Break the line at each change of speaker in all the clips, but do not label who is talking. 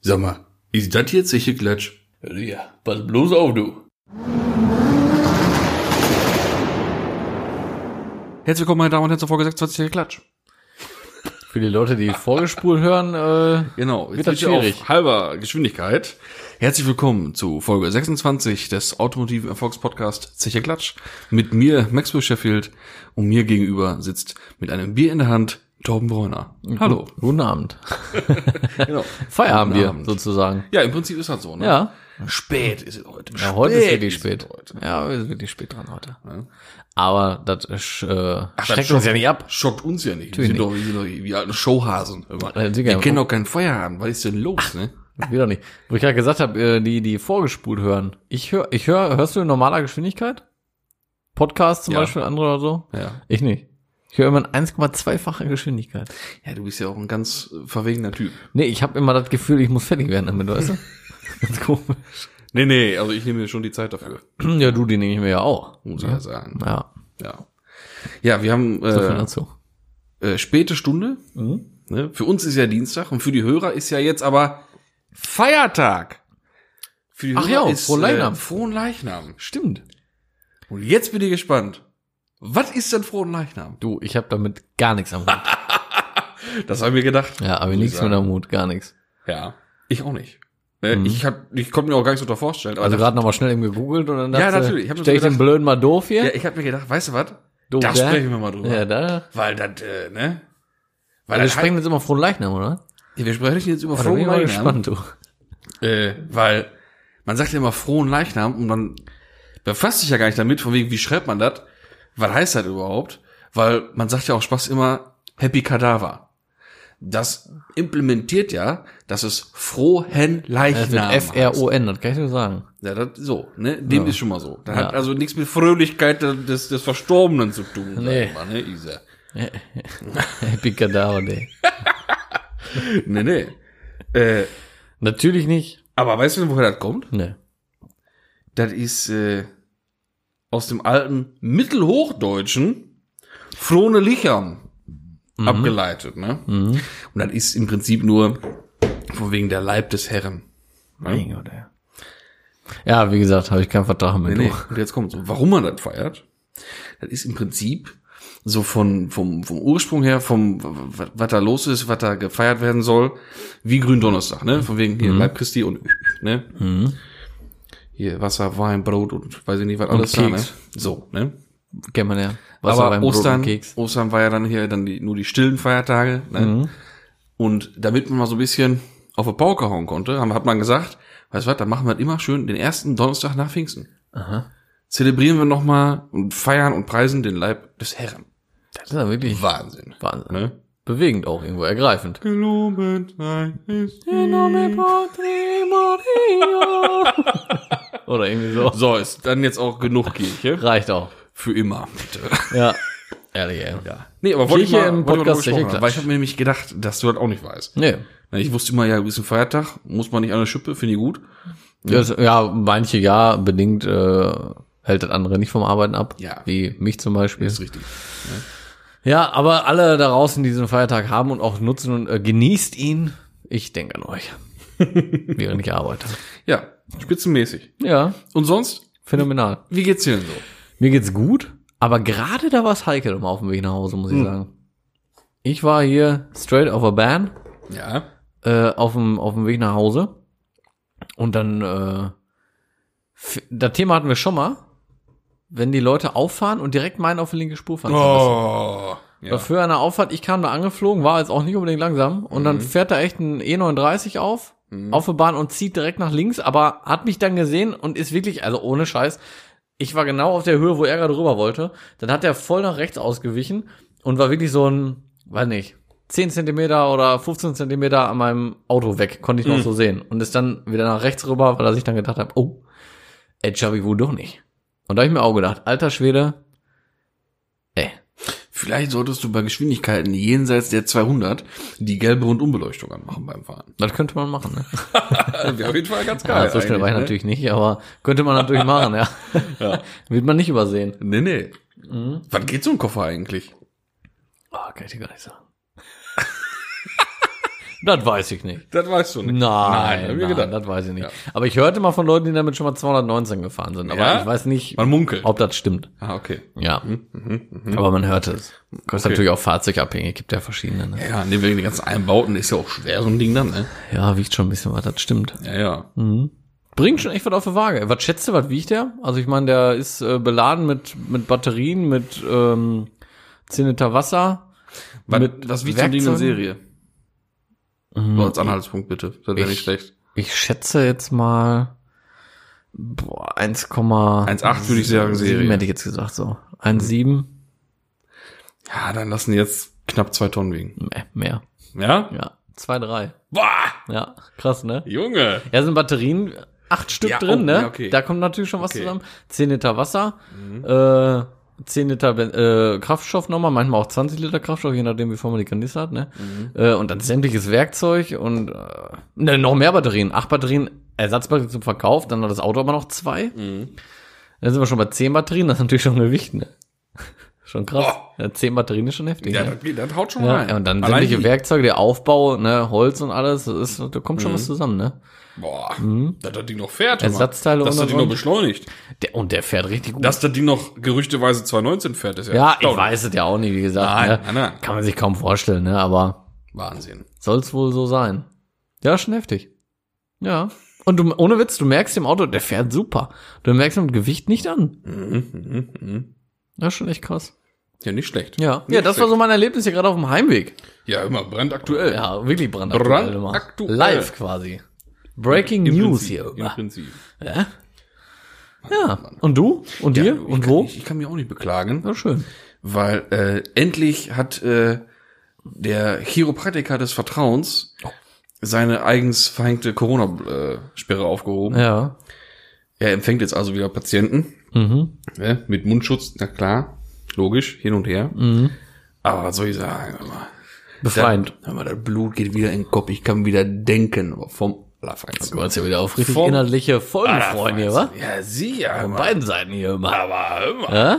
Sag mal, ist das jetzt sicher Klatsch?
Ja, pass bloß auf, du.
Herzlich willkommen, meine Damen und Herren, zur Folge 26 der Klatsch.
Für die Leute, die vorgespult hören, äh,
Genau,
Wird das
bin ich
schwierig.
auf halber Geschwindigkeit. Herzlich willkommen zu Folge 26 des automotiven Erfolgspodcasts Zeche Klatsch. Mit mir, Maxwell Sheffield, und mir gegenüber sitzt mit einem Bier in der Hand Torben Bräuner. Hallo.
guten Abend.
Mhm. Genau.
Feierabend
Guten
wir,
Abend.
sozusagen.
Ja, im Prinzip ist das so, ne?
Ja.
Spät ist es heute.
Ja, heute ist wirklich
es
spät.
heute.
Ja, wir sind wirklich spät dran heute. Aber das äh, sch- äh, schreckt
schockt-
uns ja nicht ab.
Schockt uns ja nicht. Wir sind,
Natürlich
doch, wir sind doch wie alte Showhasen. Hör mal.
Ja, sicher.
Wir kennen doch keinen Feierabend. Was ist denn los, ne?
Wieder nicht. Wo ich gerade gesagt habe, äh, die, die vorgespult hören. Ich höre, ich höre, hörst du in normaler Geschwindigkeit? Podcast zum
Ja.
Beispiel, andere oder so?
Ja.
Ich nicht. Ich höre immer in 1,2-facher Geschwindigkeit.
Ja, du bist ja auch ein ganz äh, verwegener Typ.
Nee, ich habe immer das Gefühl, ich muss fertig werden damit, weißt du? Ganz komisch.
Nee, nee, also ich nehme mir schon die Zeit dafür,
Ja, du, die nehme ich mir ja auch.
muss ich ja sagen.
Ja,
Ja. Ja, wir haben
so viel
äh,
dazu.
äh, späte Stunde.
Mhm.
Ne? Für uns ist ja Dienstag und für die Hörer ist ja jetzt aber Feiertag. Für die
Ach ja, frohen Leichnam.
Äh, frohen Leichnam.
Stimmt.
Und jetzt bin ich gespannt. Was ist denn frohen Leichnam?
Du, ich habe damit gar nichts am Hut.
Das habe ich mir gedacht.
Ja, aber
Muss ich
nichts
sagen.
mit am Hut, gar nichts.
Ja. Ich auch nicht. Ne? Ich hab, ich konnte mir auch gar nicht so da vorstellen. Aber
Also
dachte-
gerade nochmal schnell eben gegoogelt und dann
Ja,
dachte,
natürlich. Ich hab mir so
stell ich den
gedacht-
Blöden mal doof hier?
ja, ich habe mir gedacht, weißt du was?
doof,
Da
ja?
sprechen wir mal drüber.
Ja, da.
Weil das, äh, ne? Weil
Weil wir
das halt-
sprechen jetzt immer frohen Leichnam, oder?
Ja, wir sprechen jetzt über
Da bin
frohen
ich mal
Leichnam.
gespannt, du.
Äh, weil man sagt ja immer frohen Leichnam und man befasst sich ja gar nicht damit, von wegen, wie schreibt man das? Was heißt das überhaupt? Weil man sagt ja auch Spaß immer Happy Kadaver. Das implementiert ja, dass es frohen
Das wird
Leichnam heißt.
F-R-O-N, das kann ich dir sagen.
Ja, das, so, ne? Dem
Ja.
ist schon mal so. Das
Ja.
hat also nichts mit Fröhlichkeit des, des Verstorbenen zu tun, sag
Nee.
ich mal, ne, Isa?
Happy Kadaver Day.
Nee, nee. Äh,
Natürlich nicht.
aber weißt du, woher das kommt?
Ne.
Das ist äh, aus dem alten Mittelhochdeutschen Frohne Licham
Mhm.
abgeleitet. Ne? Und das ist im Prinzip nur von wegen der Leib des Herren.
Mein Gott, ey. Hm. Ja, wie gesagt, habe ich keinen Vertrag mit
Nee, nee.
du.
Und jetzt kommt warum man das feiert. Das ist im Prinzip so von, vom, vom Ursprung her, vom, w- w- was da los ist, was da gefeiert werden soll, wie Gründonnerstag, ne? Von wegen hier Leib Christi und, ne? Hier Wasser, Wein, Brot und weiß ich nicht, was alles da, ne?
Keks.
So, ne?
Kennt man ja.
Aber
Wasserwein, Brot und
Ostern,
Keks. Mhm.
Ostern war ja dann hier dann die, nur die stillen Feiertage. Ne? Und damit man mal so ein bisschen auf eine Pauke hauen konnte, haben- hat man gesagt, weißt du was, dann machen wir das immer schön den ersten Donnerstag nach Pfingsten. Zelebrieren wir nochmal und feiern und preisen den Leib des Herrn.
Das ist ja wirklich
Wahnsinn.
Wahnsinn.
Ne?
Bewegend auch irgendwo, ergreifend.
Gelobet sei es.
Oder irgendwie so.
So, ist dann jetzt auch genug Kirche.
Reicht auch.
Für immer, bitte.
Ja. Ehrlich, ey. Ja.
Nee, aber wollte ich
Kirche
mal,
im
wollte ich mal drüber
Podcast,
gesprochen
Kirche,
haben, weil ich habe mir nämlich gedacht, dass du das auch nicht weißt.
Nee.
Na, Ich wusste immer, ja, ist ein Feiertag, muss man nicht an der Schippe, finde ich gut.
Das, ja, manche ja, bedingt äh, hält das andere nicht vom Arbeiten ab.
Ja.
Wie mich zum Beispiel.
Ist richtig.
Ja, aber alle da draußen, die diesen Feiertag haben und auch nutzen und äh, genießt ihn. Ich denke an euch. Während ich arbeite.
Ja, spitzenmäßig.
Ja,
Und sonst,
phänomenal.
wie geht's dir denn so?
Mir geht's gut, aber gerade da war's heikel immer auf dem Weg nach Hause, muss ich sagen. Ich war hier straight auf a ban.
Ja.
äh, auf dem auf dem Weg nach Hause und dann äh, f- das Thema hatten wir schon mal, wenn die Leute auffahren und direkt meinen auf die linke Spur fahren. zu müssen.
Oh. Ja.
Dafür eine Auffahrt, ich kam da angeflogen, war jetzt auch nicht unbedingt langsam und dann fährt da echt ein E39 auf auf der Bahn und zieht direkt nach links, aber hat mich dann gesehen und ist wirklich also ohne Scheiß ich war genau auf der Höhe, wo er gerade rüber wollte. Dann hat er voll nach rechts ausgewichen und war wirklich so ein, weiß nicht, 10 Zentimeter oder 15 Zentimeter an meinem Auto weg, konnte ich noch so sehen. Und ist dann wieder nach rechts rüber, weil er sich dann gedacht hat, oh, Edge habe ich wohl doch nicht. Und da habe ich mir auch gedacht, alter Schwede, ey,
Vielleicht solltest du bei Geschwindigkeiten jenseits der 200 die gelbe Rundumbeleuchtung anmachen beim Fahren.
das könnte man machen, ne?
Wäre Also, auf jeden Fall ganz
Ja, so schnell war
ne?
ich natürlich nicht, aber könnte man natürlich machen, ja. Wird man nicht übersehen.
Nee, nee. Wann geht so ein Koffer eigentlich?
Oh, kann ich dir gar nicht sagen. Das weiß ich nicht.
Das weißt du nicht.
Nein,
Nein, hab ich
nein,
gedacht.
das weiß ich nicht. Aber ich hörte mal von Leuten, die damit schon mal 219 gefahren sind. Aber
Ja?
ich weiß nicht,
Man mhm, munkelt.
ob das stimmt.
Ah, okay.
Ja. Aber man hört es. Das ist natürlich auch fahrzeugabhängig, gibt ja verschiedene. Ne?
Ja, nee, wegen den ganzen Einbauten ist ja auch schwer, so ein Ding dann, ne?
Ja, wiegt schon ein bisschen was, das stimmt.
Ja, ja.
Bringt schon echt was auf die Waage. Was schätzt du, was wiegt der? Also ich meine, der ist äh, beladen mit, mit Batterien, mit ähm, 10 Liter Wasser.
Was,
Mit
was wiegt so ein Ding in
Werkzeugen?
Serie? Hm. So als Anhaltspunkt bitte. Das wäre nicht
Ich-
schlecht.
Ich schätze jetzt mal boah, 1,7
1,8 würde ich sagen, Serie.
hätte ich jetzt gesagt so. 1,7?
Ja, dann lassen die jetzt knapp zwei Tonnen wiegen.
Nee, mehr.
Ja?
Ja, 2,3.
Boah!
Ja, krass, ne?
Junge!
Ja, sind Batterien acht Stück
Ja,
drin,
oh,
ne?
ja, okay.
Da kommt natürlich schon was
Okay. Mhm.
zusammen. 10 Liter Wasser, äh, 10 Liter Ben- äh, Kraftstoff nochmal, manchmal auch 20 Liter Kraftstoff, je nachdem, wie voll man die Kanister hat, ne?
Mhm.
Äh, und dann sämtliches Werkzeug und äh, ne, noch mehr Batterien. Acht Batterien, Ersatzbatterien zum Verkauf, dann hat das Auto aber noch zwei.
Mhm.
Dann sind wir schon bei 10 Batterien, das ist natürlich schon Gewicht, ne? schon krass. Ja, 10 Batterien ist schon heftig.
Oh. Ja,
ne?
das, geht- das haut schon
Ja,
rein.
ja, und dann
Allein
sämtliche
die-
Werkzeuge, der Aufbau, ne, Holz und alles, das ist, da kommt schon
Mhm.
was zusammen, ne?
Boah, dass das Ding noch fährt. hör mal.
Hm? Ersatzteile
Dass das
ohne
Ding noch
Grund.
beschleunigt.
Der, und der fährt richtig gut.
Dass das Ding noch gerüchteweise 219 fährt, ist ja
ja, ich
erstaunlich.
weiß es ja auch nicht, wie gesagt.
Nein,
ne?
nein, nein.
Kann man sich kaum vorstellen, ne? aber
Wahnsinn.
soll's wohl so sein. Ja, schon heftig. Ja. Und du, ohne Witz, du merkst dem Auto, der fährt super. Du merkst dem Gewicht nicht an. mhm, Ja, schon echt krass.
Ja, nicht schlecht.
Ja,
Nicht
ja das war so mein Erlebnis hier gerade auf dem Heimweg.
Ja, immer brandaktuell.
Ja, wirklich brandaktuell. immer.
Brandaktuell.
Live quasi. Breaking
Im
News
Prinzip,
hier.
Im
Ja.
Prinzip.
ja. Und du? Und dir?
ich
Und
kann,
wo?
Ich, ich kann mich auch nicht beklagen,
Ja, schön.
weil äh, endlich hat äh, der Chiropraktiker des Vertrauens
Oh.
seine eigens verhängte Corona-Sperre aufgehoben.
Ja.
Er empfängt jetzt also wieder Patienten
Mhm.
ne, mit Mundschutz, na klar, logisch, hin und her. Aber was soll ich sagen? Hör mal,
Befreiend.
Da, hör mal, das Blut geht wieder in den Kopf, ich kann wieder denken, aber vom Allerfeinsten.
Du hast ja wieder auf richtig
Vom
inhaltliche Folgen freuen hier, wa?
Ja, sie, ja.
Von
hör mal.
beiden Seiten hier immer.
Aber hör mal.
Ja? Äh?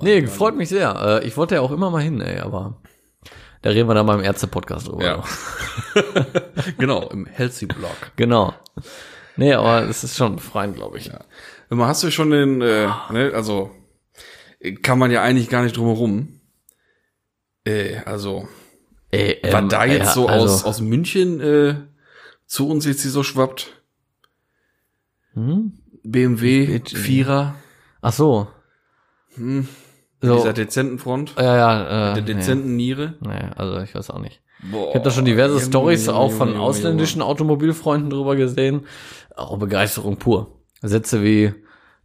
Nee, freut mich sehr. Äh, Ich wollte ja auch immer mal hin, ey, aber da reden wir dann mal im Ärzte-Podcast drüber.
Ja. genau, im Healthy Blog.
Genau. Nee, aber es ist schon befreiend, glaube ich.
Immer hast du schon den, äh, ne, also äh, kann man ja eigentlich gar nicht drum herum. Äh, also,
Ey, ähm,
war da jetzt
ja,
so
also,
aus, aus München äh, zu uns jetzt hier so schwappt?
Hm?
BMW,
Ich-
Vierer,
Ach so. Hm. So,
dieser dezenten Front,
ja, ja, äh,
der dezenten Niere.
nee, nee, also ich weiß auch nicht.
Boah,
Ich habe da schon diverse
Junge,
Stories
Junge,
auch von
Junge, Junge,
ausländischen Automobilfreunden drüber gesehen. Auch Begeisterung pur. Sätze wie,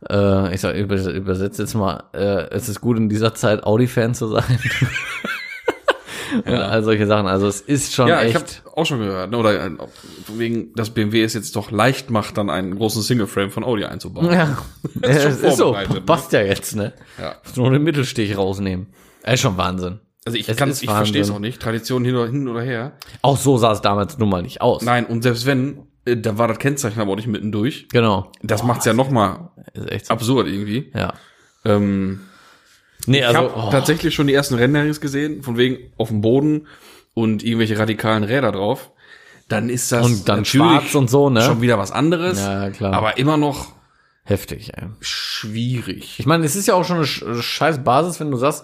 äh, ich sag, übers- übersetzt jetzt mal, äh, es ist gut in dieser Zeit Audi-Fan zu sein. ja. All solche Sachen. Also es ist schon
Junge. Ja, ich habe
echt.
auch schon gehört, ne, oder äh, von wegen, dass BMW es jetzt doch leicht macht, dann einen großen Single-Frame von Audi einzubauen.
ja, es ist so.
vorbereitet, ne?
Passt ja jetzt, ne?
Ja.
Nur den Mittelstich rausnehmen. Ey, schon Wahnsinn.
Also ich
Es
kann,
ist
ich
Wahnsinn.
verstehe es auch nicht. Tradition hin oder, hin oder her.
Auch so sah es damals nun mal nicht aus.
Nein, und selbst wenn, äh, da war das Kennzeichen aber auch nicht mittendurch.
Genau.
Das macht's ja noch mal
Ist echt so.
absurd irgendwie.
Ja.
Ähm,
Nee,
ich
also.
habe tatsächlich schon die ersten Rennserien gesehen, von wegen auf dem Boden und irgendwelche radikalen Räder drauf. Dann ist das
Und dann
natürlich
schwarz und so, ne?
schon wieder was anderes.
Ja, ja, klar.
Aber immer noch
heftig, ey.
schwierig.
Ich meine, es ist ja auch schon eine sch- scheiß Basis, wenn du sagst,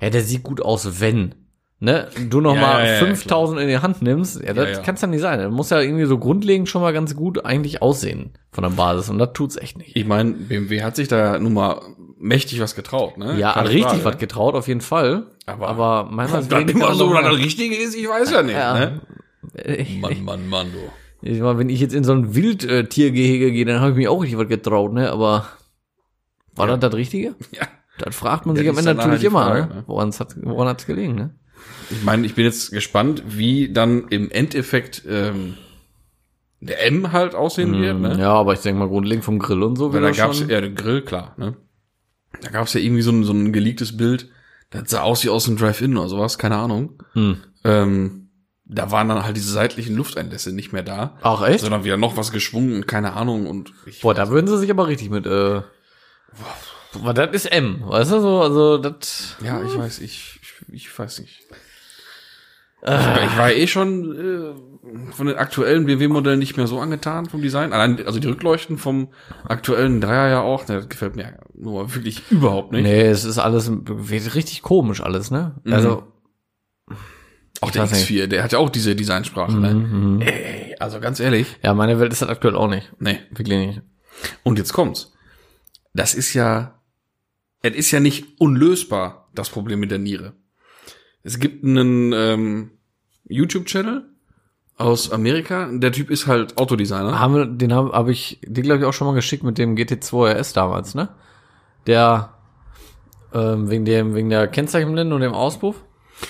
ja, der sieht gut aus, wenn. Ne? Du noch
Ja,
mal
ja, ja,
5000 in die Hand nimmst, ja, das
Ja, ja.
kann's ja nicht sein. Das muss ja irgendwie so grundlegend schon mal ganz gut eigentlich aussehen von der Basis und das tut's echt nicht.
Ich meine, BMW hat sich da nun mal mächtig was getraut, ne?
Ja,
Keine
richtig
Frage.
was getraut auf jeden Fall,
Aber-
aber, aber
Ob
meiner
das immer so oder das Richtige ist, ich weiß ja nicht,
Ja.
ne?
ich,
Mann, Mann, Mann, du.
ich meine, wenn ich jetzt in so ein Wildtiergehege gehe, dann habe ich mich auch richtig was getraut, ne, aber war das das richtige?
Ja.
Das fragt man
Ja,
sich am
das ist
Ende
dann
natürlich
halt die
immer,
Frage, ne?
ne? Woran hat's woran hat's gelegen, ne?
Ich meine, ich bin jetzt gespannt, wie dann im Endeffekt ähm, der M halt aussehen wird. Ne?
Mhm, Hm, Ja, aber ich denke mal grundlegend vom Grill und so
Weil da
wird er
gab's
Genau schon-
ja den Grill, klar. Ne? Da gab's ja irgendwie so ein, so ein geleaktes Bild, das sah aus wie aus einem Drive-In oder sowas, keine Ahnung.
Hm.
Ähm, da waren dann halt diese seitlichen Lufteinlässe nicht mehr da,
Ach echt?
sondern wieder noch was geschwungen und keine Ahnung. Und ich,
Boah, da würden sie sich aber richtig mit, äh, boah, das ist M, weißt du, so, also, das,
ja, ich weiß, ich, ich, ich weiß nicht.
Ah.
Ich war eh schon äh, von den aktuellen BMW-Modellen nicht mehr so angetan vom Design. Allein, also die Rückleuchten vom aktuellen Dreier ja auch, ne, das gefällt mir nur wirklich überhaupt nicht.
Nee, es ist alles wird richtig komisch alles, ne?
Mhm.
Also
auch der
Ich weiß Mhm.
X4, der hat ja auch diese Designsprache, ne? Ey, also ganz ehrlich,
ja, meine Welt ist das aktuell auch nicht.
nee.
Wirklich nicht.
Und jetzt kommt's. Das ist ja, es ist ja nicht unlösbar, das Problem mit der Niere. Es gibt einen ähm, YouTube-Channel aus Amerika. Der Typ ist halt Autodesigner.
Haben wir, den habe hab ich dir glaube ich auch schon mal geschickt mit dem GT2 RS damals, ne? Der ähm, wegen dem wegen der Kennzeichenblende und dem Auspuff.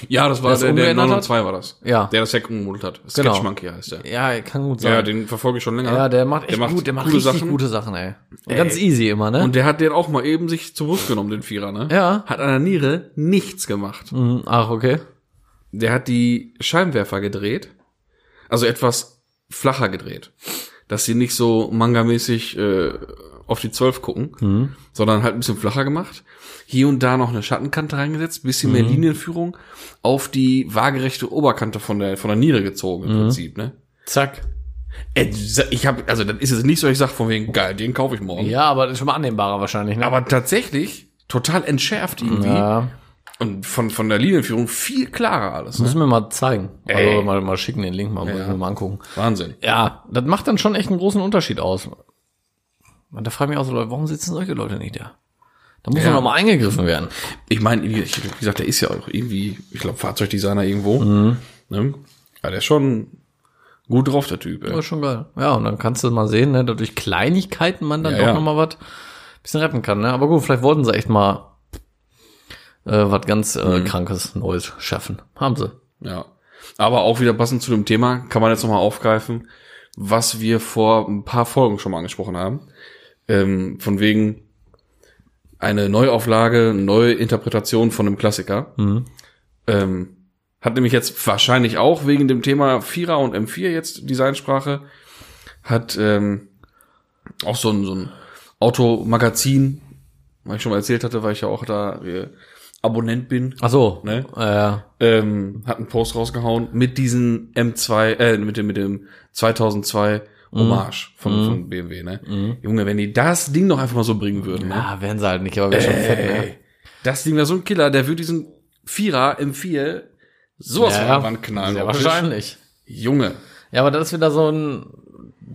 Ja, das
Der
war
es
der, der
umgeändert hat?
902 war das.
Ja.
Der das Heck umgemodelt hat. Sketch
Genau.
Monkey heißt der.
Ja, kann gut
Ja,
sein.
den verfolge ich schon länger.
Ja, der macht echt gut, der macht
coole
richtig gute Sachen, ey. Und ganz easy immer, ne?
Und der hat den auch mal eben sich zur Brust genommen, den Vierer, ne?
Ja.
Hat an der Niere nichts gemacht.
Mhm, Ach, okay.
Der hat die Scheinwerfer gedreht, also etwas flacher gedreht, dass sie nicht so mangamäßig äh, auf die 12 gucken,
Mhm.
sondern halt ein bisschen flacher gemacht. Hier und da noch eine Schattenkante reingesetzt, bisschen
Mhm.
mehr Linienführung auf die waagerechte Oberkante von der von der Niere gezogen
Mhm.
im Prinzip, ne?
Zack.
Äh, Ich habe also dann ist es nicht so, ich sag von wegen geil, den kaufe ich morgen.
Ja, aber das ist schon mal annehmbarer wahrscheinlich, ne?
Aber tatsächlich total entschärft irgendwie
ja,
und von von der Linienführung viel klarer alles, ne?
müssen wir mal zeigen.
Ey.
Also mal, mal schicken den Link mal, muss ich mir mal angucken.
Wahnsinn.
Ja, das macht dann schon echt einen großen Unterschied aus. Und da frage ich mich auch so, Leute, warum sitzen solche Leute nicht da? Da muss
Ja.
man noch mal eingegriffen werden.
Ich meine, wie ich- wie gesagt, der ist ja auch irgendwie, ich glaube, Fahrzeugdesigner irgendwo. Ne? Aber der ist schon gut drauf, der Typ.
Das
Ey.
ist schon geil. Ja, und dann kannst du mal sehen, ne, dass durch Kleinigkeiten man dann
Ja,
doch
ja.
noch mal was bisschen retten kann. Ne? Aber gut, vielleicht wollten sie echt mal äh, was ganz
Mhm.
äh, Krankes, Neues schaffen. Haben sie.
Ja. Aber auch wieder passend zu dem Thema, kann man jetzt nochmal aufgreifen, was wir vor ein paar Folgen schon mal angesprochen haben. Ähm, von wegen eine Neuauflage, eine neue Interpretation von einem Klassiker. Ähm, hat nämlich jetzt wahrscheinlich auch wegen dem Thema Vierer und M4 jetzt Designsprache, hat ähm, auch so ein, so ein Automagazin, was ich schon mal erzählt hatte, weil ich ja auch da äh, Abonnent bin
Ach so.
Ne?
Äh,
ähm, hat einen Post rausgehauen mit diesem M2, äh, mit dem, mit dem 2002
Mhm.
Hommage von, von BMW, ne? Junge, wenn die das Ding doch einfach mal so bringen würden, ne?
ja, wären sie halt nicht, aber wäre schon fett, ne?
Ey, das Ding wäre so ein Killer, der würde diesen Vierer M4 sowas von der Wand knallen.
sehr
optisch.
wahrscheinlich.
Junge.
Ja, aber das ist wieder so ein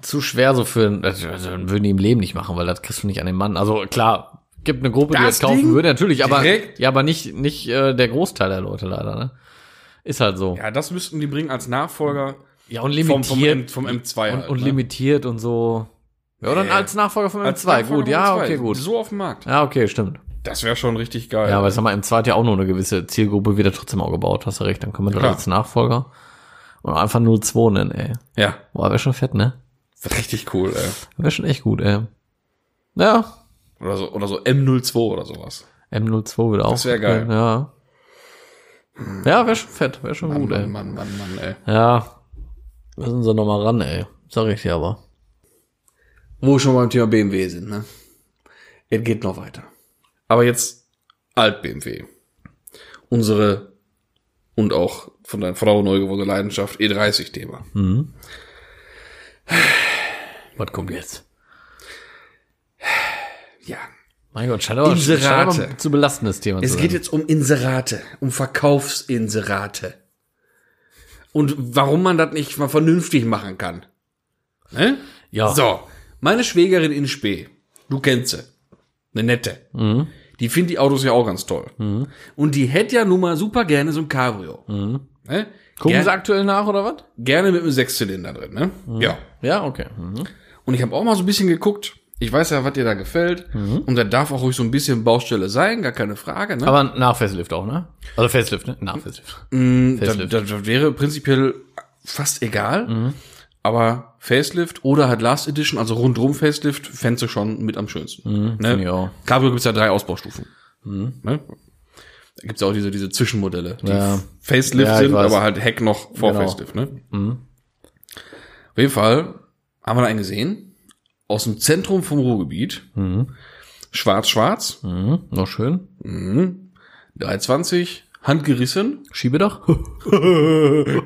zu schwer so für ein, das also würden die im Leben nicht machen, weil das kriegst du nicht an den Mann. Also klar, gibt eine Gruppe, die
Das
das kaufen
Ding
würde, natürlich, aber
direkt?
ja, aber nicht nicht äh, der Großteil der Leute leider, ne? Ist halt so.
Ja, das müssten die bringen als Nachfolger
Ja, und
vom, vom, M,
limitiert
vom M2
und,
halt,
und
ne?
limitiert und so. Ja, oder
Äh,
als Nachfolger vom
Als
M2,
Nachfolger
gut, ja,
vom M2,
okay, gut.
So auf dem Markt.
Ja, okay, stimmt.
Das wäre schon richtig geil.
Ja, aber sag mal, M2 hat ja auch nur eine gewisse Zielgruppe wieder trotzdem auch gebaut, hast du recht, dann können wir das
Klar.
als Nachfolger und einfach 02 nennen, ey.
ja.
Boah, wäre schon fett, ne?
Richtig cool, ey.
Wäre schon echt gut, ey. Ja,
Oder so, oder so M02 oder sowas.
M02 würde auch.
Das wär geil.
Ja. Ja, wäre schon fett, wäre schon gut, ey.
Mann, Mann, Mann, Mann, ey.
Ja. Müssen sie nochmal ran, ey. Sag ich dir aber.
Wo wir schon beim Thema BMW sind, ne? Es geht noch weiter. Aber jetzt Alt-BMW. Unsere und auch von deiner Frau neu gewordene Leidenschaft E E30-Thema.
Was kommt jetzt?
Ja.
Mein Gott, scheint aber,
Inserate.
scheint aber ein zu belastendes Thema
Es
zu
geht
sein.
jetzt um Inserate, um Verkaufsinserate. Und warum man das nicht mal vernünftig machen kann. Ne?
Ja.
So, meine Schwägerin in Spee, du kennst sie, eine nette.
Mhm.
Die findet die Autos ja auch ganz toll. Und die hätte ja nun mal super gerne so ein Cabrio. Ne?
Mhm. Gucken
Ger
sie aktuell nach, oder was?
gerne mit einem Sechszylinder drin, ne? Ja.
Ja, okay. Mhm.
Und ich habe auch mal so ein bisschen geguckt. Ich weiß ja, was dir da gefällt. Und da darf auch ruhig so ein bisschen Baustelle sein, gar keine Frage. Ne?
Mhm. Aber nach Facelift auch, ne? Also Facelift, ne? Nach Facelift.
das,
Facelift. Mhm.
das, das wäre prinzipiell fast egal. Aber Facelift oder halt Last Edition, also rundrum Facelift, fändst du schon mit am schönsten.
Mhm, find ich auch.
ne? Cabrio gibt's ja drei Ausbaustufen.
Mhm.
Ne? Da gibt's ja auch diese, diese Zwischenmodelle, die
Ja.
Facelift
Ja, ich
sind,
weiß.
aber halt Heck noch vor
Genau.
Facelift. Ne? Auf jeden Fall haben wir da einen gesehen, aus dem Zentrum vom Ruhrgebiet. Schwarz-schwarz,
Mhm. Noch schön.
320, handgerissen.
Schiebe doch.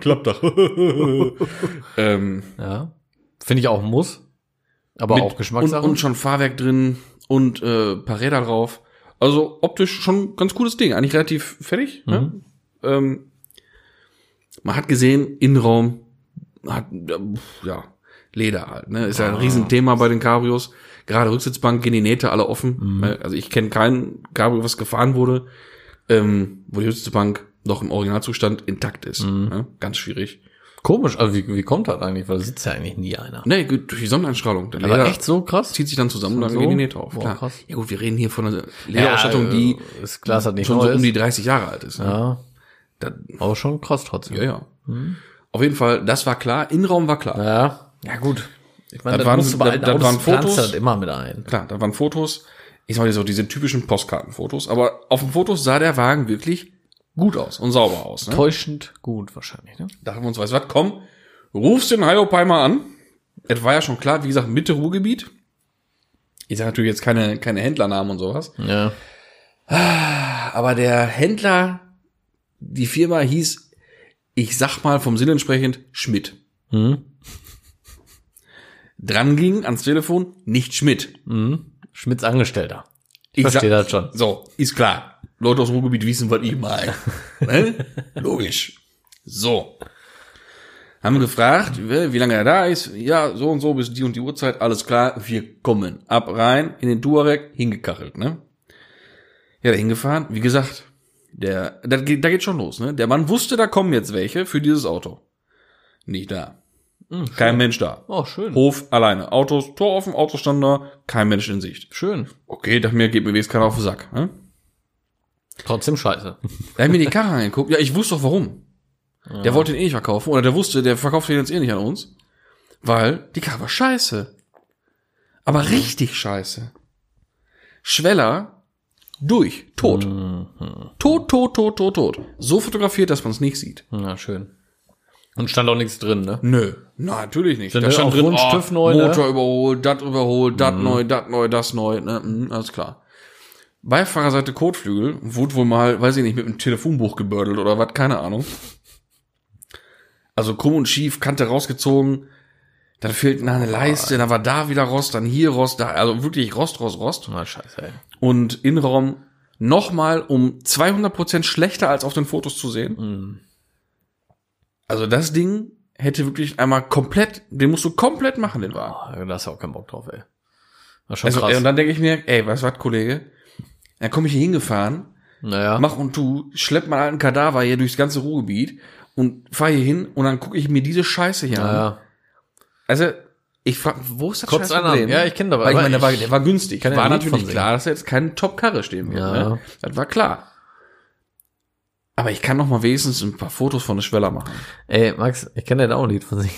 Klappt doch. ähm,
ja. Finde ich auch ein Muss. Aber
mit-
auch Geschmackssache.
Und, und schon Fahrwerk drin und äh, paar Räder drauf. Also optisch schon ein ganz cooles Ding. Eigentlich relativ fertig.
Mhm.
Ne? Ähm, man hat gesehen, Innenraum hat, ähm, ja, Leder halt. Ne? Ist ja ein
Ah.
Riesenthema bei den Cabrios. Gerade Rücksitzbank gehen die Nähte alle offen.
Mhm.
Ne? Also ich kenne kein Cabrio, was gefahren wurde, ähm, wo die Rücksitzbank noch im Originalzustand intakt ist.
Mhm.
Ne? Ganz schwierig.
Komisch, also wie, wie kommt das eigentlich? Weil da sitzt ja eigentlich nie einer.
Ne, gut, durch die Sonneneinstrahlung. Der
Aber
Leder-
echt so krass?
zieht sich dann zusammen und dann
So?
gehen die Nähte auf.
Boah,
klar.
krass.
Ja gut, wir reden hier von einer Lederausstattung, die
äh, ist klar, dass das nicht
schon
neu
so um
ist.
die 30 Jahre alt ist. ne?
ja,
Da,
aber schon krass trotzdem.
ja, ja.
Hm.
Auf jeden Fall, das war klar. Innenraum war klar.
Ja, ja gut. Ich meine,
Das
das,
waren-
musst du bei
das-
alten
das
Autos
waren
pflanzt
Fotos.
das immer mit ein.
Klar, da waren Fotos. Ich sag mal so, diese typischen Postkartenfotos. Aber auf dem Fotos sah der Wagen wirklich gut aus und sauber aus. Ne?
Täuschend gut wahrscheinlich, ne?
Da haben wir uns, weiß was, komm, rufst den Hyopheimer an. Es war ja schon klar, wie gesagt, Mitte Ruhrgebiet. Ich sage natürlich jetzt keine, keine Händlernamen und sowas.
Ja.
Aber der Händler, die Firma hieß, ich sag mal vom Sinn entsprechend, Schmidt.
Mhm.
Dran ging ans Telefon, nicht Schmidt.
Mhm. Schmidts Angestellter.
Ich
versteh
sag-
das schon.
So, ist klar. Leute aus dem Ruhrgebiet wissen, was ich meine. ne? Logisch. So. Haben wir gefragt, wie wie lange er da ist. Ja, so und so bis die und die Uhrzeit. Alles klar, wir kommen. Ab rein in den Duareg, hingekachelt, ne? Ja, da hingefahren. Wie gesagt, der, da, geht- da geht schon los, ne? Der Mann wusste, da kommen jetzt welche für dieses Auto. Nicht da. Kein Mensch da.
Oh, schön.
Hof alleine. Autos, Tor offen, Autos standen da, kein Mensch in Sicht.
Schön.
Okay, dachte mir, geht mir wenigstens keiner auf den Sack. Ne?
Trotzdem scheiße.
Da hab ich mir die Karre angeguckt. Ja, ich wusste doch warum. Der wollte den eh nicht verkaufen. Oder der wusste, der verkauft den jetzt eh nicht an uns. Weil die Karre war scheiße. Aber richtig scheiße. Schweller durch. Tot. Tot, tot, tot, tot, tot. So fotografiert, dass man es nicht sieht.
Na, schön. Und stand auch nichts drin, ne?
Nö. Na, natürlich nicht.
Dann auf Wunsch Stift neu,
oh,
ne? Mhm.
Motor überholt, das überholt, das neu, das neu, das neu. Ne? Mhm, alles klar. Beifahrerseite Kotflügel wurde wohl mal, weiß ich nicht, mit einem Telefonbuch gebördelt oder was, keine Ahnung. Also krumm und schief, Kante rausgezogen, dann fehlt eine Leiste, dann war da wieder Rost, dann hier Rost, da, also wirklich Rost, Rost, Rost.
Na, scheiße, ey.
Und Innenraum nochmal um 200% schlechter als auf den Fotos zu sehen.
Hm.
Also das Ding hätte wirklich einmal komplett, den musst du komplett machen, den Wagen.
Oh, da hast du auch keinen Bock drauf, ey. War schon
Also,
krass.
ey, und dann denke ich mir, ey, weißt du was, Kollege? Dann komme ich hier hingefahren,
naja.
mach und tu, schlepp mal einen Kadaver hier durchs ganze Ruhrgebiet und fahr hier hin und dann gucke ich mir diese Scheiße hier an.
naja.
Also, ich frage, wo ist das
Kotzt einer an. Ja, ich kenn das,
Weil ich
aber
meine, der war,
ich-
der war günstig.
kann ja
war
ein Lied von
natürlich
singen.
klar, dass er jetzt keine Top-Karre stehen wird.
Ja.
Ne? Das war klar. Aber ich kann noch mal wenigstens ein paar Fotos von der Schweller machen.
Ey, Max, ich kenne ja da auch ein Lied von singen.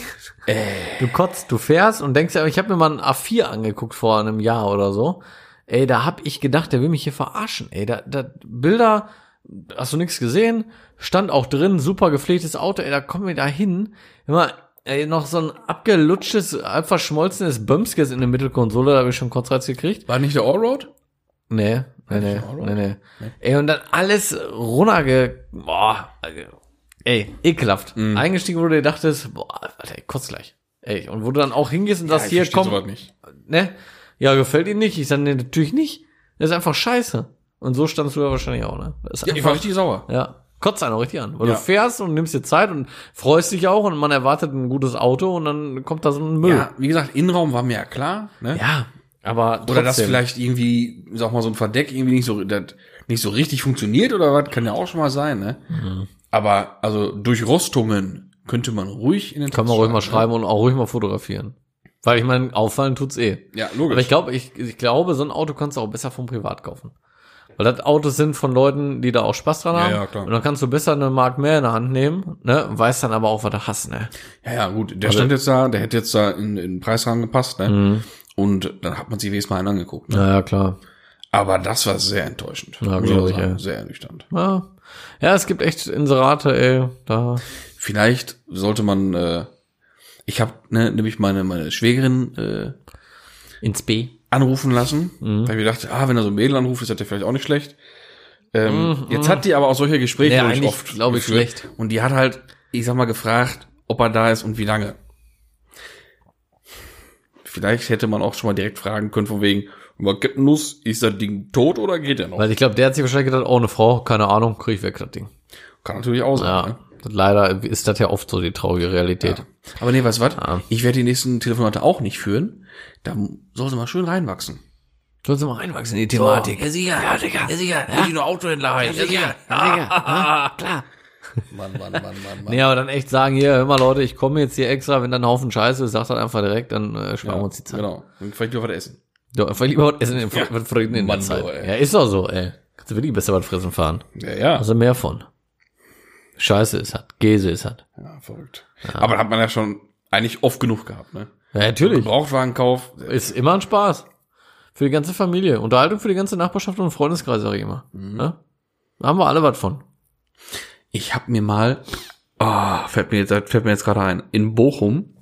Du kotzt, du fährst und denkst ja, ich habe mir mal einen A4 angeguckt vor einem Jahr oder so. Ey, da hab ich gedacht, der will mich hier verarschen. Ey, da, da Bilder, hast du nichts gesehen? Stand auch drin, super gepflegtes Auto. Ey, da kommen wir da hin. Immer, ey, noch so ein abgelutschtes, halb verschmolzenes Bömskes in der Mittelkonsole, da habe ich schon Kotzreiz gekriegt.
War nicht der Allroad?
Nee, nee, nee, nee, nee. Ey, und dann alles runterge... Boah, also, ey, ekelhaft.
Mhm.
Eingestiegen, wo du dir dachtest, boah, Alter, ey, kurz gleich. Ey, und wo du dann auch hingehst und sagst, hier, komm,
nicht.
ne? Ja, gefällt ihm nicht. Ich sage, nee, natürlich nicht. Das ist einfach scheiße. Und so standst du ja wahrscheinlich auch, ne? Das ist
Ja, ich war richtig sauer.
ja, kotzt einen auch richtig an. Weil
Ja.
du fährst und nimmst dir Zeit und freust dich auch und man erwartet ein gutes Auto und dann kommt da so ein Müll.
Ja, wie gesagt, Innenraum war mir ja klar. Ne?
Ja, aber trotzdem.
Oder dass vielleicht irgendwie, sag mal, so ein Verdeck irgendwie nicht so, das nicht so richtig funktioniert oder was, kann ja auch schon mal sein, ne?
Mhm.
Aber, also, durch Rostungen könnte man ruhig in den
Kann man
Text
ruhig mal
ne?
schreiben und auch ruhig mal fotografieren. Weil ich meine, auffallen tut's eh.
ne? Ja, logisch.
Aber ich glaube, ich, ich glaube, so ein Auto kannst du auch besser vom Privat kaufen. Weil das Autos sind von Leuten, die da auch Spaß dran
Ja,
haben.
ja, klar.
Und dann kannst du besser eine Mark mehr in der Hand nehmen, ne? Und weißt dann aber auch, was du hast, ne?
Ja, ja, gut.
Also-
Der stand jetzt da, der hätte jetzt da in, in den Preisrahmen gepasst, ne?
Mhm.
Und dann hat man sich wenigstens mal einen angeguckt, ne?
Naja, klar.
Aber das war sehr enttäuschend.
Ja,
muss
glaub
auch
ich,
sagen.
ey.
Sehr ernüchternd.
Ja. ja, es gibt echt Inserate, ey. Da.
Vielleicht sollte man, äh, ich habe ne, nämlich meine, meine Schwägerin, äh,
Ins B. Mhm.
anrufen lassen, weil ich mir dachte, ah, wenn er so ein Mädel anruft, ist das ja vielleicht auch nicht schlecht. Ähm, jetzt hat die aber auch solche Gespräche
Mhm, Ja,
glaub ich,
eigentlich, glaub ich,
geführt.
schlecht.
Und die hat halt, ich sag mal, gefragt, ob er da ist und wie lange. Vielleicht hätte man auch schon mal direkt fragen können, von wegen, was gibt denn los? Ist das Ding tot oder geht er noch?
Weil ich glaube, der hat sich wahrscheinlich gedacht, oh, eine Frau, keine Ahnung, krieg ich weg das Ding.
Kann natürlich auch sein. Ne?
Ja. Leider ist das ja oft so die traurige Realität.
Ja. Aber nee, was was?
Ja.
Ich werde die nächsten Telefonate auch nicht führen. Da soll sie mal schön reinwachsen.
Sollen Sie mal reinwachsen in die
Ja, sicher. Ja, Digga. Ja, sicher. Ja. nur Autohändler heißt. Ja, sicher.
klar.
Mann, Mann, Mann, Mann, Mann.
Nee, aber dann echt sagen, hier, hör mal Leute, ich komme jetzt hier extra, wenn da ein Haufen Scheiße ist, sag das einfach direkt, dann äh, sparen wir uns die Zeit.
Genau. Und vielleicht dürfen wir das essen.
Ja, einfach lieber was essen in, ja. was fressen in der
Mann,
Zeit.
du, ey.
Ja, ist doch so, ey. Kannst du wirklich besser was fressen fahren.
Ja, ja.
Hast du mehr von. Scheiße ist hat, Käse ist hat.
ja verrückt. Aber hat man ja schon eigentlich oft genug gehabt, ne?
Ja, natürlich.
Gebrauchtwagenkauf.
Ist immer ein Spaß. Für die ganze Familie. Unterhaltung für die ganze Nachbarschaft und Freundeskreis, sag ich immer.
Mhm.
Ja? Da haben wir alle was von.
Ich habe mir mal, ah, fällt mir jetzt, fällt mir jetzt gerade ein, in Bochum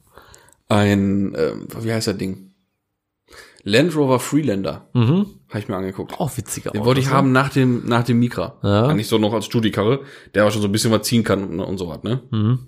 ein, ähm, wie heißt das Ding? Land Rover Freelander.
Mhm.
Habe ich mir angeguckt.
Auch witziger.
Den wollte ich
Autos,
haben nach dem, nach dem Micra.
Oh, Ja.
Eigentlich so noch als Studiekarre, der aber schon so ein bisschen was ziehen kann und, und so was, ne?
ne? Mhm.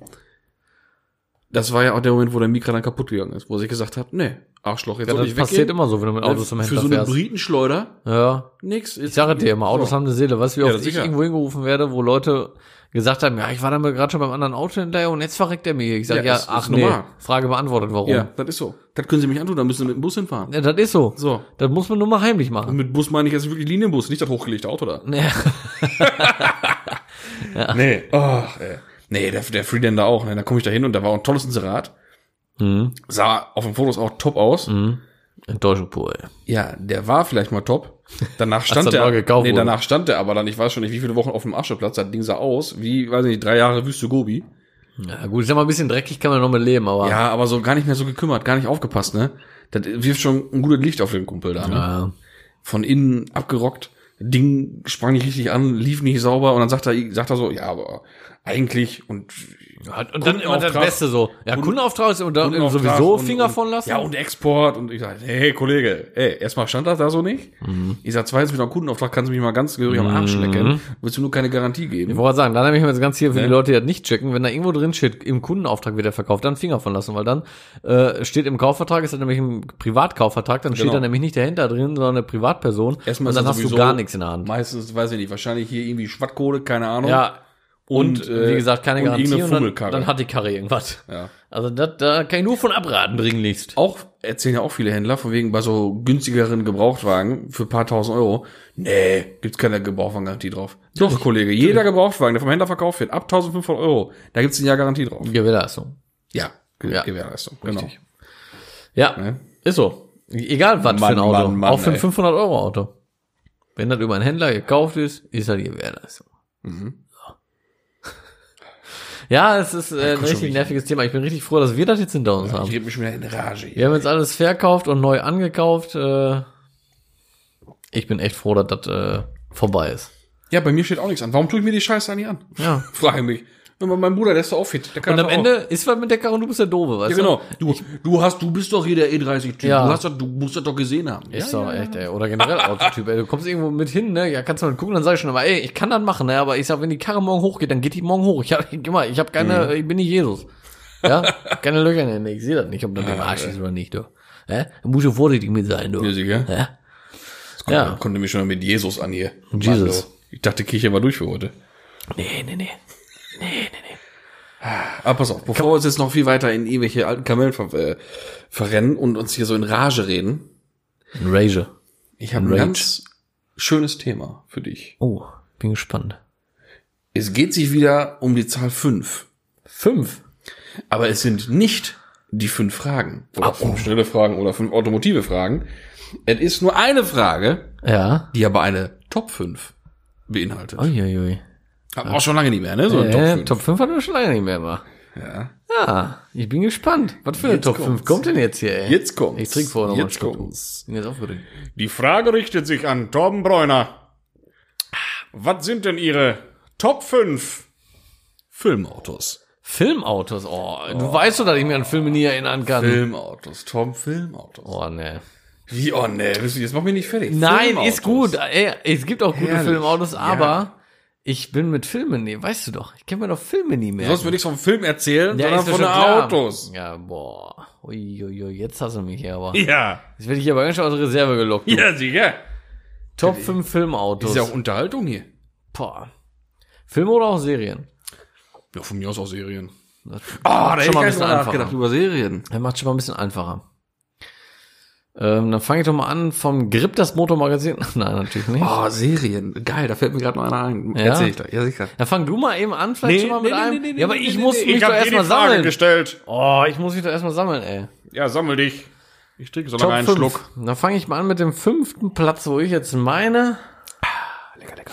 Das war ja auch der Moment, wo der Micra dann kaputt gegangen ist, wo sie gesagt hat, nee, Arschloch, jetzt
Ja,
soll
das
ich
passiert
weggehen. Äh,
immer so, wenn du mit Autos zum
Für
Händler
so eine
fährst.
Britenschleuder,
Ja.
nix.
Ich sage dir immer, Autos haben eine Seele. Weißt du, wie
Ja,
oft
das
ich
sicher.
irgendwo hingerufen werde, wo Leute gesagt haben, ja, ich war dann gerade schon beim anderen Auto hinterher und jetzt verreckt er mir. hier. Ich sage,
Ja,
ja,
ist-
ach
ist
nee,
normal.
Frage beantwortet, warum.
Ja,
Ja.
das ist so. Das können sie mich antun, da müssen sie mit dem Bus hinfahren.
das ist so.
So.
Das muss man nur mal heimlich
Und
machen.
mit Bus meine ich jetzt wirklich Linienbus, nicht das hochgelegte Auto da.
Ja.
Nee. Ach, ey. Nee, der, der Freelander auch. Ne? Da komme ich da hin und da war auch ein tolles Inserat.
Mhm.
Sah auf den Fotos auch top aus.
Mhm. Enttäuschung pur, ey.
Ja, der war vielleicht mal top. Danach stand
er
der,
neu gekauft
nee,
wurde.
danach stand der aber dann, ich weiß schon nicht, wie viele Wochen auf dem Ascheplatz, das Ding sah aus, wie, weiß ich nicht, drei Jahre Wüste Gobi.
Ja, gut, ich sag mal, ein bisschen dreckig kann man noch mit leben, aber.
Ja, aber so gar nicht mehr so gekümmert, gar nicht aufgepasst, ne? Das wirft schon ein gutes Licht auf den Kumpel da, ne?
Ja.
Von innen abgerockt, Ding sprang nicht richtig an, lief nicht sauber und dann sagt er, sagt er so, ja, aber eigentlich und
Hat- Und dann immer das
Kundenauftrag-
Beste so. Ja,
Kunden-
Kundenauftrag ist und dann
Kundenauftrag
sowieso
und-
Finger
und,
von lassen.
Ja, und Export. Und ich sage, hey, Kollege, ey, erstmal stand das da so nicht.
Mhm.
Ich sage, zweitens mit einem Kundenauftrag kannst du mich mal ganz gehörig am Arsch lecken. Willst du nur keine Garantie
Ich
geben?
wollte gerade sagen, dann habe ich mir jetzt ganz hier für die Leute, die das nicht checken, wenn da irgendwo drin steht, im Kundenauftrag wird er verkauft, dann Finger von lassen, weil dann äh, steht im Kaufvertrag, ist das nämlich im Privatkaufvertrag, dann steht
Genau.
da nämlich nicht der Händler drin, sondern eine Privatperson und dann
ist das
hast du
sowieso
gar nichts in der Hand.
Meistens, weiß ich nicht, wahrscheinlich hier irgendwie Schwattkohle, keine Ahnung.
Ja,
und,
und
äh,
wie gesagt, keine
und
Garantie
irgendeine
und dann,
Fummelkarre.
dann hat die Karre irgendwas.
Ja.
Also das, da kann ich nur von abraten, dringlichst.
Auch erzählen ja auch viele Händler, von wegen bei so günstigeren Gebrauchtwagen für ein paar tausend Euro. Nee, gibt's keine Gebrauchtwagengarantie drauf. Doch, Kollege, jeder Gebrauchtwagen, der vom Händler verkauft wird, ab 1500 Euro, da gibt's ein Jahr Garantie drauf.
Gewährleistung.
Ja, Ge
Ja.
Gewährleistung, genau.
Richtig. Ja,
Ne?
ist so. Egal was für
Mann,
ein Auto,
Mann, Mann,
auch für ein
ey.
500 Euro Auto. Wenn das über einen Händler gekauft ist, ist das also. die Gewährleistung.
Mhm.
So. Ja, es ist äh, ein
komm schon
richtig
wieder.
nerviges Thema. Ich bin richtig froh, dass wir das jetzt hinter uns
Also Ich
haben.
rede mich schon wieder in Rage. hier.
Wir haben jetzt alles verkauft und neu angekauft. Äh, ich bin echt froh, dass das äh, vorbei ist.
Ja, bei mir steht auch nichts an. Warum tue ich mir die Scheiße eigentlich an?
Ja.
Frage mich. Wenn man- Mein Bruder, der ist doch auch fit. Der kann
Und am
das auch.
Ende ist was mit der Karre und du bist der Doofe,
Ja,
weißt
genau. Du, du hast, du bist doch hier der E30-Typ.
Ja.
Du hast das, du musst das doch gesehen haben.
du? Ist doch echt, ey. Oder generell Autotyp, ey. Du kommst irgendwo mit hin, ne? Ja, kannst du mal gucken, dann sag ich schon immer, ey, ich kann das machen, ne? Aber ich sag, wenn die Karre morgen hochgeht, dann geht die morgen hoch. Ich hab, immer, ich hab keine,
Mhm.
ich bin nicht Jesus. Ja? Keine Löcher in den Händen. Ich sehe das nicht, ob das im Arsch ist oder nicht, du. Hä? Da musst du vorsichtig mit sein, du.
Ja, sicher.
Hä?
Das kommt,
Ja.
kommt nämlich schon mal mit Jesus an hier.
Jesus.
Mann, du. ich dachte, Kirche war durch für heute.
Nee, nee, nee.
Aber Ah, pass auf, bevor wir uns jetzt noch viel weiter in irgendwelche alten Kamellen ver äh, verrennen und uns hier so in Rage reden,
Rage.
ich habe ein
Rage.
ganz schönes Thema für dich.
Oh, bin gespannt.
Es geht sich wieder um die Zahl 5.
Fünf.
Aber es sind nicht die fünf Fragen. Oder
Au.
fünf schnelle Fragen oder fünf automotive Fragen. Es ist nur eine Frage,
Ja.
die aber eine Top 5 beinhaltet.
Uiuiui.
Haben wir auch schon lange nicht mehr, ne? So eine
Äh,
Top
Top 5 hatten wir schon lange nicht mehr mal.
5. Ja.
Ja, ich bin gespannt. Was für eine
Jetzt
Top 5
kommt's.
kommt denn jetzt hier, ey?
Jetzt kommt's.
Ich trinke vorher noch mal einen
Jetzt
Schluck.
kommt's.
Bin jetzt aufgeregt.
Die Frage richtet sich an Torben Bräuner. Was sind denn Ihre Top 5?
Filmautos.
Filmautos, oh, du weißt doch, dass ich mich an Filme nie erinnern kann.
Filmautos. Tom, Filmautos.
Oh, ne.
Wie, oh ne, jetzt mach mich nicht fertig.
Nein,
Filmautos.
ist gut. Ey, es gibt auch gute
Herrlich.
Filmautos, aber ich bin mit Filmen, nee, weißt du doch, ich kenne mir doch Filme nie mehr.
Sonst würde ich vom Film erzählen,
ja,
sondern
ist mir
von
schon
den
klar.
Autos.
Ja, boah. Uiuiui, jetzt hast du mich hier aber.
Ja.
Jetzt werde ich hier aber ganz schön aus der Reserve gelockt. du.
Ja, sicher.
Top 5 Filmautos.
Ist ja auch Unterhaltung hier.
Boah. Filme oder auch Serien?
Ja, von mir aus auch Serien.
Das
Ah,
hätte ich gar nicht drüber nachgedacht,
über Serien.
Das macht schon mal ein bisschen einfacher. Ähm, dann fange ich doch mal an vom Grip das Motormagazin. Nein, natürlich nicht.
Oh, Serien. Geil, da fällt mir gerade noch einer ein.
Ja?
Erzähl ich gleich. Ja, sicher.
Dann fang du mal eben an, vielleicht
Nee,
schon mal
nee,
mit
nee,
einem.
nee, nee,
ja, aber
nee,
ich
nee,
muss
nee,
mich
Ich
doch
habe dir die
erstmal
Frage
sammeln.
gestellt.
Oh, ich muss mich doch erstmal sammeln, ey.
Ja, sammel dich. Ich trinke so
Top
lange einen
fünf.
Schluck.
Dann fange ich mal an mit dem fünften Platz, wo ich jetzt meine. Ah, lecker, lecker.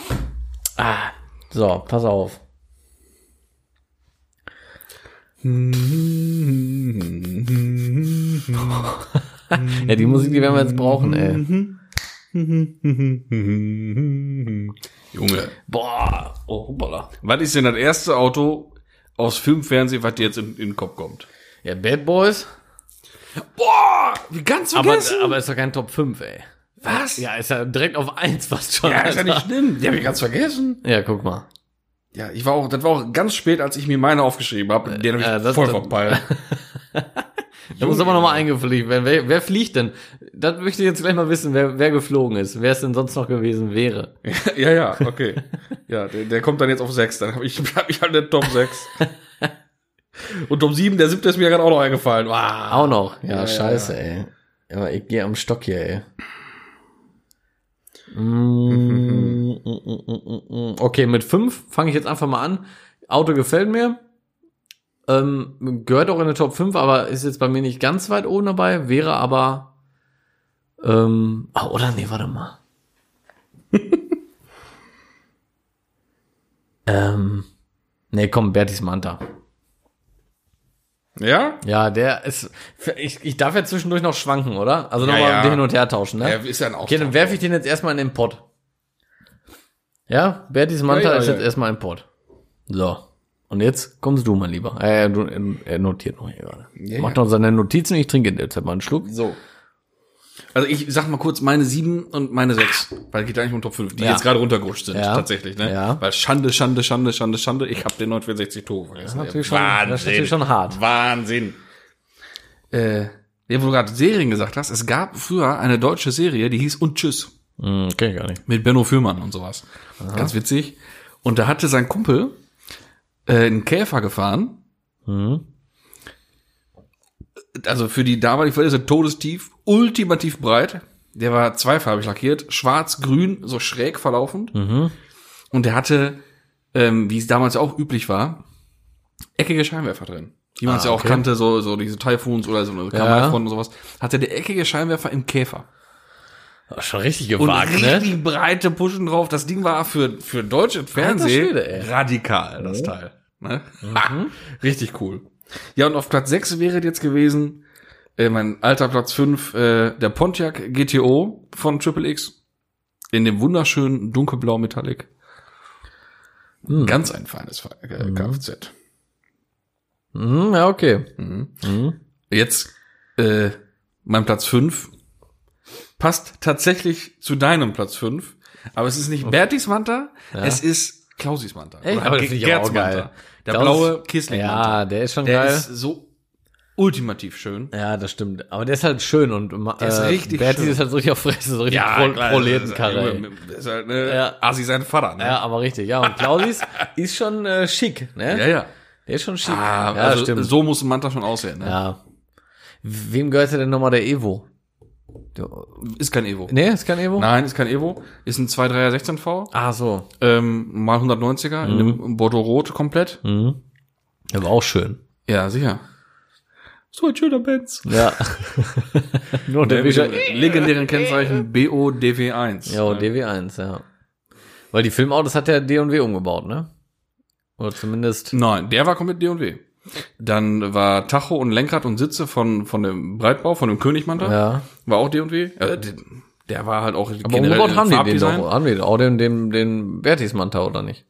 Ah, so, pass auf. ja, die Musik, die werden wir jetzt brauchen, ey.
Junge.
Boah, oh, hoppala.
Was ist denn das erste Auto aus Film, Fernsehen, was dir jetzt in, in den Kopf kommt?
Ja, Bad Boys.
Boah, wie ganz
Aber, aber ist doch kein Top 5, ey.
was? Ja,
Ja, ist ja direkt auf 1 fast schon.
ist ja
Alter.
nicht schlimm. Die habe ich ganz vergessen.
ja, guck mal.
Ja, ich war auch, das war auch ganz spät, als ich mir meine aufgeschrieben habe. Den
Äh,
habe ich
das-
voll
das-
verpeilt.
Da muss aber nochmal eingefliegt werden. Wer, wer fliegt denn? Das möchte ich jetzt gleich mal wissen, wer, wer geflogen ist. Wer es denn sonst noch gewesen wäre.
ja, ja, okay. Ja, der, der kommt dann jetzt auf 6. Dann habe ich, hab ich halt den Top 6. Und Top 7, der siebte ist mir gerade auch noch eingefallen. Wow.
Auch noch. Ja,
Ja, ja,
scheiße, ey. Aber ich gehe am Stock hier, ey. Mm, mm, mm, mm, mm. Okay, mit fünf fange ich jetzt einfach mal an. Auto gefällt mir. Ähm, gehört auch in der Top 5, aber ist jetzt bei mir nicht ganz weit oben dabei. Wäre aber. Ähm, ah, oder nee, warte mal. ähm, nee, komm, Bertis Manta.
Ja?
Ja, der ist. Ich, ich darf ja zwischendurch noch schwanken, oder? Also nochmal
ja.
hin und her tauschen, ne?
Ja, ist ja ein Auto.
okay, dann werfe ich den jetzt erstmal in den Pott. Ja, Bertis Manta
Ja, ja,
ist
ja.
jetzt erstmal im Pott. So. Und jetzt kommst du, mein Lieber. Äh, du, er notiert noch hier gerade. Macht noch seine Notizen, ich trinke jetzt mal einen Schluck.
So. Also ich sag mal kurz meine sieben und meine sechs, weil geht eigentlich um Top 5, die
Ja.
jetzt gerade runtergerutscht sind,
Ja.
tatsächlich, ne?
Ja.
Weil Schande, Schande, Schande, Schande, Schande, ich hab den 964 Tore vergessen.
Natürlich schon, das ist natürlich schon hart.
Wahnsinn.
äh, ja, wo du gerade Serien gesagt hast, es gab früher eine deutsche Serie, die hieß Und Tschüss.
Hm, kenn ich gar nicht.
mit Benno Fürmann und sowas. Ganz witzig. Und da hatte sein Kumpel äh, einen Käfer gefahren. Also für die damalige Verhältnisse todestief, ultimativ breit. Der war zweifarbig lackiert, schwarz-grün, so schräg verlaufend. Und der hatte, ähm, wie es damals auch üblich war, eckige Scheinwerfer drin. Die man es ja auch
okay.
kannte, so, so diese Typhoons oder so eine Kamerafront und sowas. Hatte der eckige Scheinwerfer im Käfer.
Das ist schon richtig
Und
gewagt, ne?
richtig breite Pushen drauf. Das Ding war für, für deutsche Fernsehen
Schwede, ey. Mhm.
radikal, das Teil. Ne? richtig cool. Ja, und auf Platz 6 wäre jetzt gewesen, äh, mein alter Platz 5, äh, der Pontiac GTO von Triple X. In dem wunderschönen dunkelblau Metallic. Ganz ein feines Fe- äh,
Mhm.
Kfz.
Hm, ja, okay.
Jetzt äh, mein Platz 5 passt tatsächlich zu deinem Platz 5, aber es ist nicht Bertis Manta, es ist Klausis Manta.
Echt? Aber das
Ge-
finde ich aber auch
Gerds Manta.
geil.
Der
Klaus-
blaue Kissling Manta.
Ja, der ist schon
Der
geil.
ist so ultimativ schön.
Ja, das stimmt. Aber der ist halt schön und äh,
ist richtig
Berti
schön.
ist halt so richtig auf Fresse, so richtig Pro Proletenkarre. ey.
Das ist halt, ne,
Ja.
Asi sein Vater. Ne?
Ja, aber richtig. Ja, und Klausis ist schon äh, schick, ne?
ja. ja.
Der ist schon schick.
Ah,
ja,
also
stimmt.
so muss ein Manta schon aussehen. Ne?
Ja. Wem gehört denn nochmal der Evo?
Ist kein Evo.
Nee, ist kein Evo?
Nein, ist kein Evo. Ist ein 2.3er 16V,
Ah, so.
ähm, mal 190er, in
Mhm.
dem Bordeaux-Rot komplett.
Der war auch schön.
Ja, sicher. So ein schöner Benz.
Ja. Nur der
Mit
Bischof.
dem legendären Kennzeichen BODW1.
Ja, und DW1, ja. Weil die Filmautos hat der D&W umgebaut, ne? Oder zumindest.
Nein, der war komplett D&W. Dann war Tacho und Lenkrad und Sitze von, von dem Breitbau, von dem Königmantel.
Ja.
War auch D&W. Äh, der, der war halt auch
Aber umgebaut haben die den doch. Haben die doch auch den, den, den Bertis Manta, oder nicht?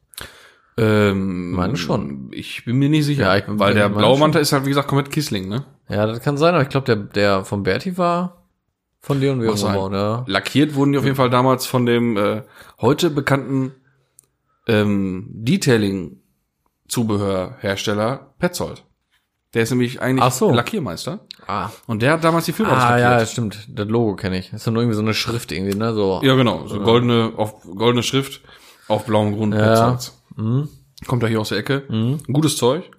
Ähm,
Meine schon.
Ich bin mir nicht sicher.
Ja, ich bin-
weil der
meine
blaue
schon.
Mantel ist halt, wie gesagt, komplett Kissling, ne?
Ja, das kann sein, aber ich glaube, der, der von Berti war Von Leon
Mag sein.
Wehrenbaum, ja.
Lackiert wurden die auf jeden Fall damals von dem äh, heute bekannten ähm, Detailing-Zubehörhersteller Petzold. Der ist nämlich eigentlich
Ach so.
Lackiermeister.
Ah,
Und der hat damals die Filme
ah ja,
lackiert.
stimmt. Das Logo kenne ich. Ist doch nur irgendwie so eine Schrift irgendwie, ne? So.
Ja, genau. So goldene, auf, goldene Schrift auf blauem Grund.
Ja. Mhm.
Petzolds. Kommt da hier aus der Ecke. Gutes Zeug.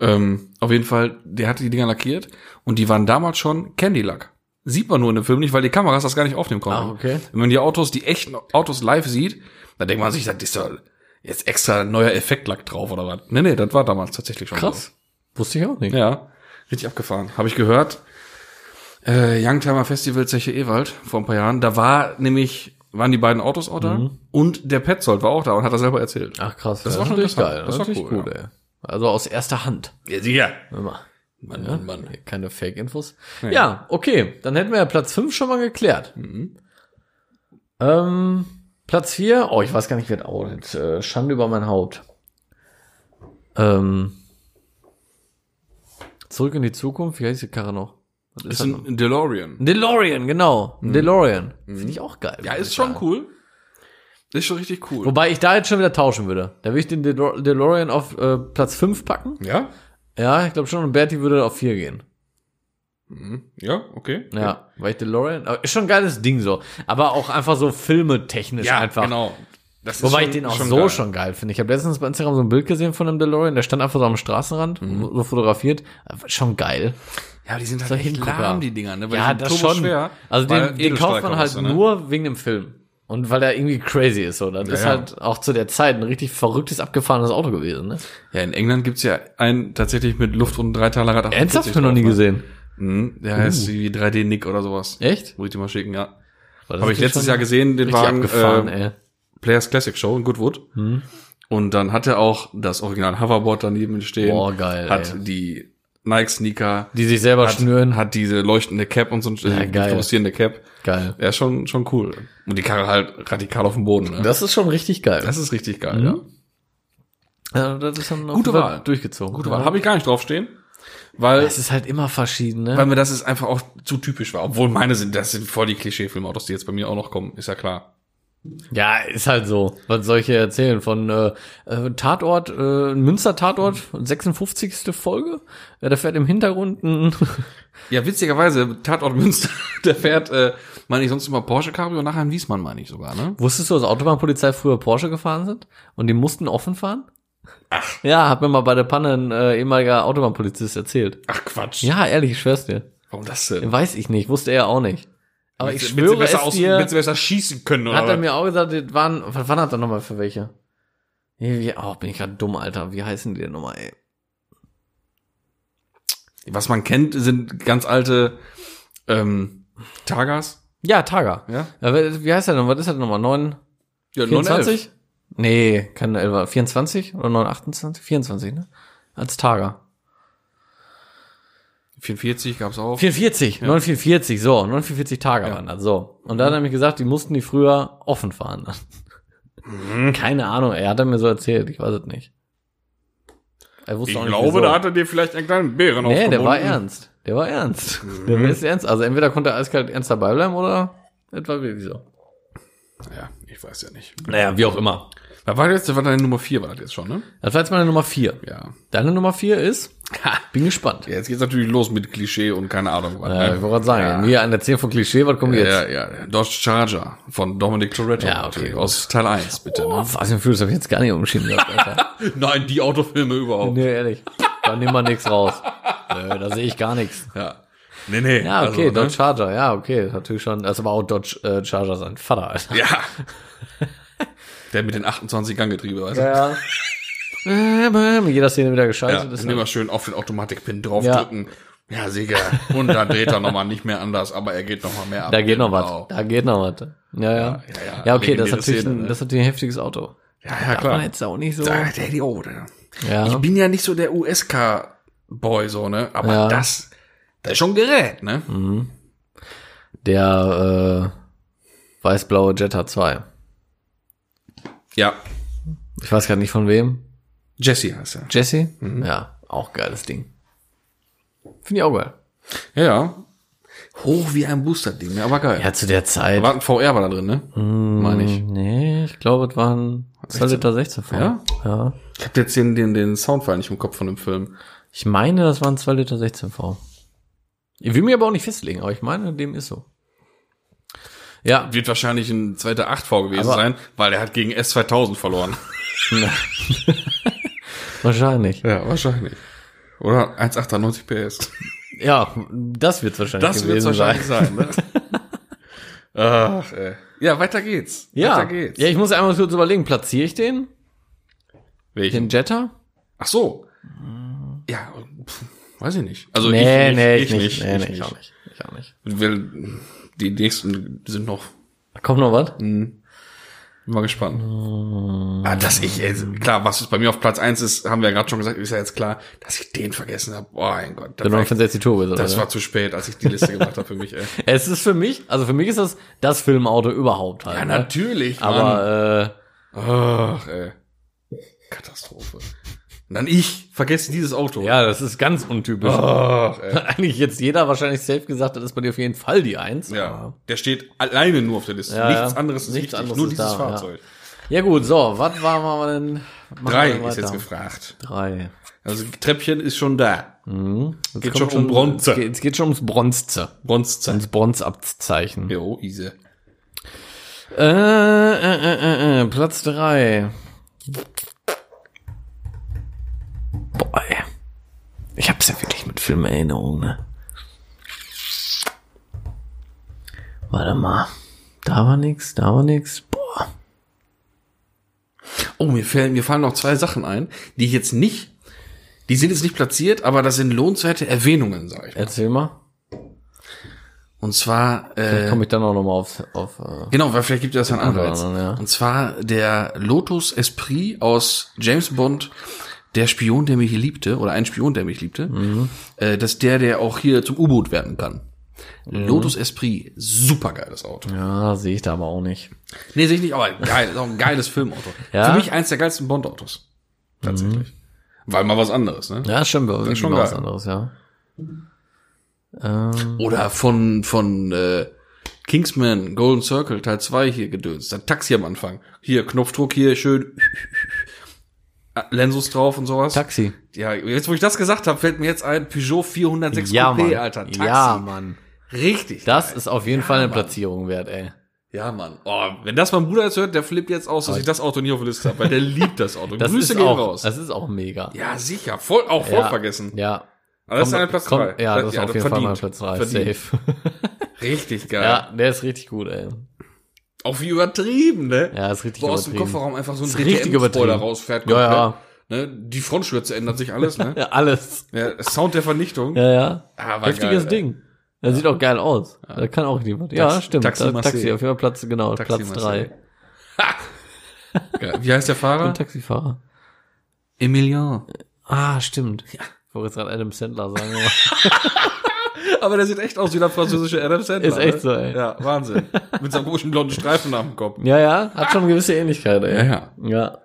Ähm, auf jeden Fall, der hatte die Dinger lackiert und die waren damals schon Candylack. Sieht man nur in dem Film nicht, weil die Kameras das gar nicht aufnehmen konnten.
Ah, okay.
Wenn man die Autos, die echten Autos live sieht, dann denkt man sich, das ist doch jetzt extra ein neuer Effektlack drauf oder was. Nee, nee, das war damals tatsächlich schon so.
Krass. Wusste ich auch nicht.
Ja, richtig abgefahren. Habe ich gehört. Äh, Youngtimer Festival Zeche Ewald vor ein paar Jahren. Da war nämlich, waren die beiden Autos auch da
Mhm.
und der Petzold war auch da und hat das selber erzählt.
Ach krass,
Das war schon interessant.
geil.
Das war
natürlich
cool,
gut, ey. Also aus erster Hand.
Ja, sicher.
Immer.
Mann,
Ja?
Mann, Mann.
Keine Fake-Infos. Ja, okay. Dann hätten wir ja Platz 5 schon mal geklärt.
Mhm.
Ähm, Platz 4. Oh, ich weiß gar nicht, wer oh, jetzt, äh, Schande über mein Haupt. Ähm, zurück in die Zukunft. Wie heißt die Karre noch? Was
Ist
das noch?
ein DeLorean.
DeLorean, genau. Ein DeLorean. Finde ich auch geil.
Mhm. Ja,
muss
ist
ich
schon
sagen.
cool. Ist schon richtig cool.
Wobei ich da jetzt schon wieder tauschen würde. Da würde ich den DeLo- DeLorean auf äh, Platz 5 packen.
Ja?
Ja, ich glaube schon. Und Bertie würde auf 4 gehen.
Ja, okay.
Ja, weil ich DeLorean, aber ist schon ein geiles Ding so. Aber auch einfach so filmetechnisch
Ja,
einfach.
genau. Das ist
Wobei
schon-
ich den auch
schon
so
geil.
schon geil finde. Ich habe letztens bei Instagram so ein Bild gesehen von einem DeLorean, der stand einfach so am Straßenrand,
Mhm.
so fotografiert. Schon geil.
Ja, die sind halt
Soll ich
echt
hingucken?
lahm, die Dinger. Ne? Weil
ja,
die sind
das
turbo
schon.
Schwer,
also
weil
den, den kauft man halt
Edelstahlkarosse, ne?
nur wegen dem Film. Und weil er irgendwie crazy ist, so. Das ist
ja.
halt auch zu der Zeit ein richtig verrücktes, abgefahrenes Auto gewesen, ne?
Ja, in England gibt's ja einen tatsächlich mit Luft und Dreiteilerrad.
Ernsthaft?
48
Hab ich noch nie
drauf, ne?
gesehen.
Mhm, der heißt wie 3D-Nick oder sowas.
Uh. Echt?
Muss ich dir mal schicken, ja.
War das
Habe ich
natürlich
letztes
schon
Jahr gesehen, den
richtig
Wagen
abgefahren,
äh,
ey. Hm.
Players Classic Show in Goodwood. Und dann hat er auch das Original Hoverboard daneben stehen.
Boah, geil,
Hat
ey.
die Nike-Sneaker.
Die sich selber
hat,
schnüren.
hat diese leuchtende Cap und so ein äh,
Ja, geil.
fluoreszierende Cap.
Geil.
Er ist schon, schon cool. Und die Karre halt radikal auf dem Boden. Ne?
Das ist schon richtig geil.
Das ist richtig geil,
Mhm.
ja.
Ja, das ist dann auf
Gute
jeden Fall
Wahl.
durchgezogen.
Gut,
ja.
ja. habe ich gar nicht draufstehen. Weil
Es ist halt immer verschieden, ne?
Weil mir das ist einfach auch zu typisch war. Obwohl meine sind, das sind voll die Klischee-Filmautos, die jetzt bei mir auch noch kommen, ist ja klar.
ja, ist halt so. Was soll ich hier erzählen? Von äh, äh, Tatort, äh, Münster-Tatort, 56. Folge. Ja, da fährt im Hintergrund ein
Ja, witzigerweise, Tatort Münster, der fährt, äh, meine ich sonst immer Porsche Cabrio, nachher in Wiesmann, meine ich sogar, ne?
Wusstest du, dass Autobahnpolizei früher Porsche gefahren sind? Und die mussten offen fahren? Ach. Ja, hat mir mal bei der Panne ein äh, ehemaliger Autobahnpolizist erzählt.
Ach Quatsch.
Ja, ehrlich, ich schwör's dir.
Warum das denn?
Weiß ich nicht, wusste er auch nicht. Aber ich
Willst du- willst du
schwöre
besser
es
aus,
dir,
willst du besser schießen können, oder?
Hat er
was?
mir auch gesagt, das waren, was waren das dann nochmal für welche? Nee, wie, oh, bin ich gerade dumm, Alter. Wie heißen die denn nochmal, ey?
Was man kennt, sind ganz alte, ähm, Tagas,
Ja, Taga.
ja?
Ja, wer- wie heißt der denn? Was ist das nochmal? 9,
Ja,
24? Nee, keine 11. 24 oder 9, 28? 24, ne? Als Taga.
44 gab's auch.
44, 944, so, 944 Tage waren das, so. Und da hat er mich gesagt, die mussten die früher offen fahren.
Mhm.
Keine Ahnung, er hat er mir so erzählt, ich weiß es nicht. Er wusste
Ich
auch nicht,
glaube,
wieso.
da hat er dir vielleicht einen kleinen Bären
Nee, der
aufgebunden.
war ernst. Der war ernst.
Mhm.
Der war jetzt ernst. Also entweder konnte er eiskalt ernst dabei bleiben oder etwa wie so.
Ja, ich weiß ja nicht.
Naja, wie auch immer.
Da war jetzt, da war deine Nummer 4, war das jetzt schon, ne?
Das war jetzt meine Nummer vier.
Ja.
Deine Nummer vier ist? Bin gespannt.
Jetzt geht's natürlich los mit Klischee und keine Ahnung. was,
Ja,
ne?
ich wollte gerade sagen, mir an der 10 von Klischee, was kommt jetzt?
Ja, ja, ja. Dodge Charger von Dominic Toretto.
Ja, okay.
natürlich, Aus Teil 1, bitte.
Oh, was für ein Gefühl, das habe ich jetzt gar nicht umschieden gehabt, Alter.
Ne? Nein, die Autofilme überhaupt.
nee, ehrlich. Da nimm mal nichts raus. Nö, da sehe ich gar nichts.
Ja. Nee, nee.
Ja,
also,
okay,
ne?
Dodge Charger, ja, okay, natürlich schon. Das war auch Dodge äh, Charger sein Vater, Alter.
Ja. Der mit den 28 Ganggetriebe, weißt du?
Ja. Äh, Mit jeder Szene wieder
Ja,
geschaltet ist.
und immer schön auf den Automatikpin
Ja.
draufdrücken. Ja, Sieger. Und dann dreht er nochmal nicht mehr anders, aber er geht nochmal mehr ab.
Da geht noch was.
Genau.
Da geht noch was. Ja, ja.
Ja, ja, ja.
Ja, okay, das ist,
Legendäre
natürlich
Szene,
ein,
ne?
das ist natürlich ein heftiges Auto.
Ja, ja,
Kann man
klar.
jetzt auch nicht so.
Da, der, die, oh, der.
Ja.
Ich bin ja nicht so der USK-Boy, so, ne? Aber
Ja. Mhm.
das, das ist schon ein Gerät, ne?
Der äh, weiß-blaue Jetta 2.
Ja.
Ich weiß gerade nicht von wem.
Jesse heißt er.
Jesse?
Mhm.
Ja, auch geiles Ding. Finde ich auch geil.
Ja. Hoch wie ein Booster-Ding, ne? aber geil.
Ja, zu der Zeit. hm,
War ein VR war da drin, ne? Meine ich.
Nee, ich glaube, es waren Solitaire 16 vor.
Ja?
ja.
Ich habe jetzt den, den, den Soundfall nicht im Kopf von dem Film.
Ich meine, das waren 2 Liter 16 V. Ich will mir aber auch nicht festlegen, aber ich meine, dem ist so. Ja,
Wird wahrscheinlich ein zweiter 8V gewesen
Aber-
sein, weil er hat gegen S2000 verloren.
wahrscheinlich.
Ja, wahrscheinlich. Oder 1,98 PS.
Ja, das wird wahrscheinlich
Das wird
gewesen
wahrscheinlich
sein.
sein. ne? Ach, ey. Ja, weiter geht's.
Ja.
Weiter geht's.
ja, ich muss einmal kurz überlegen, platziere ich den?
Welchen?
Den Jetta?
Ach so. Ja, pf, weiß ich nicht. Also
Nee, nee, ich auch nicht. Ich auch nicht.
Weil die nächsten sind noch.
Da kommt noch was?
Bin mal gespannt.
Äh.
Ah, dass ich, also, klar, was bei mir auf Platz eins ist, haben wir ja gerade schon gesagt, ist ja jetzt klar, dass ich den vergessen habe. Oh mein Gott. Das,
Der
war, echt,
965 Turbo ist,
das
oder?
war zu spät, als ich die Liste gemacht habe für mich. Ey.
Es ist für mich, also für mich ist das das Filmauto überhaupt halt.
Ja,
ne?
natürlich, Mann.
Aber
Ach, ey. Katastrophe. Und dann ich vergesse dieses Auto.
äh, ja, das ist ganz untypisch.
Ach, Oh, ey.
Hat eigentlich jetzt jeder wahrscheinlich safe gesagt, das ist bei dir auf jeden Fall die Eins.
Ja,
aber-
der steht alleine nur auf der Liste.
Ja,
Nichts
ja.
anderes ist
Nichts
wichtig,
anderes
nur
ist
dieses
da,
Fahrzeug.
Ja gut, so, was waren wir denn? machen wir
Drei
denn
ist jetzt
weiter?
gefragt.
Drei.
Also Treppchen ist schon da.
Jetzt
Geht
kommt
schon um Bronze.
Es geht, es geht schon ums Bronze.
Bronzezeit.
Ums Bronzabzeichen.
Jo, Ise.
Äh, äh, äh, äh, Platz drei. Boah, ey. Ich hab's ja wirklich mit Filmerinnerungen, ne? Warte mal. Da war nix, da war nix. Boah.
Oh, mir fallen, mir fallen noch zwei Sachen ein, die ich jetzt nicht, die sind jetzt nicht platziert, aber das sind lohnenswerte Erwähnungen, sag ich mal.
Erzähl mal.
Und zwar,
Vielleicht
äh,
komme ich dann auch nochmal auf, auf äh,
genau, weil vielleicht gibt es das einen
Unter
Anreiz.
anderem, ja.
Und zwar der Lotus Esprit aus James Bond, der Spion, der mich liebte, oder ein Spion, der mich liebte,
Mhm.
äh, das ist der, der auch hier zum U-Boot werden kann. Lotus Esprit, supergeiles Auto.
Mhm. Ja, sehe ich da aber auch nicht.
Nee, sehe ich nicht, aber geil, ist auch ein geiles Filmauto.
Ja? Mhm.
Für mich eins der geilsten Bond-Autos. Tatsächlich. Weil mal was anderes, ne?
Ja, stimmt, aber
schon
schon was
geil.
anderes, ja.
Oder von, von äh, Kingsman, Golden Circle, Teil 2 hier gedöns. Das Taxi am Anfang. Hier, Knopfdruck hier, schön Ah, Lensus drauf und sowas.
Taxi.
ja, jetzt wo ich das gesagt habe, fällt mir jetzt ein Peugeot 406 Coupé, Alter. Taxi.
Ja, Mann.
Richtig.
Das ist auf jeden Fall eine Platzierung wert, ey.
ja, Mann. Oh, wenn das mein Bruder jetzt hört, der flippt jetzt aus, dass ich das Auto nicht auf der Liste habe, weil der liebt das Auto.
Das
Grüße
ist
gehen
auch,
raus.
Das ist auch mega.
ja, sicher. Voll, auch voll
Ja.
vergessen.
Ja.
Aber das ist
Kommt-
eine Platz
kommt-
drei.
Ja, das ist auf jeden Fall mein
verdient.
Platz 3.
Verdient.
Safe.
Richtig geil.
Ja, der ist richtig gut, ey.
Auch wie übertrieben, ne?
Ja, ist richtig
Wo aus dem
übertrieben.
Kofferraum einfach so ein
Ist richtig
DTM-Spoiler
übertrieben.
rausfährt.
Ja, ja.
Ne? Die Frontschürze ändert sich alles, ne?
Ja, alles.
ja, Sound der Vernichtung.
Ja, ja.
Ah, war geil,
Heftiges
ey.
Ding. Das sieht auch geil aus. Da kann auch jemand. Ja,
Taxi-
stimmt.
Taxi
Taxi,
Marseille.
Taxi auf jeden Fall Platz, genau,
Taxi
Platz
Marseille. Ah.
3.
Geil. Wie heißt der Fahrer?
Und Taxifahrer.
Emilian.
Ah, stimmt. Ja. Ich wollte jetzt gerade Adam Sandler sagen. aber-
Aber der sieht echt aus wie der französische Adam Sandler.
Ist echt
ne?
so, ey.
Ja, Wahnsinn. Mit seinem komischen blonden Streifen am Kopf.
Ja, ja, hat schon eine gewisse Ähnlichkeit, ey.
ja.
Ja.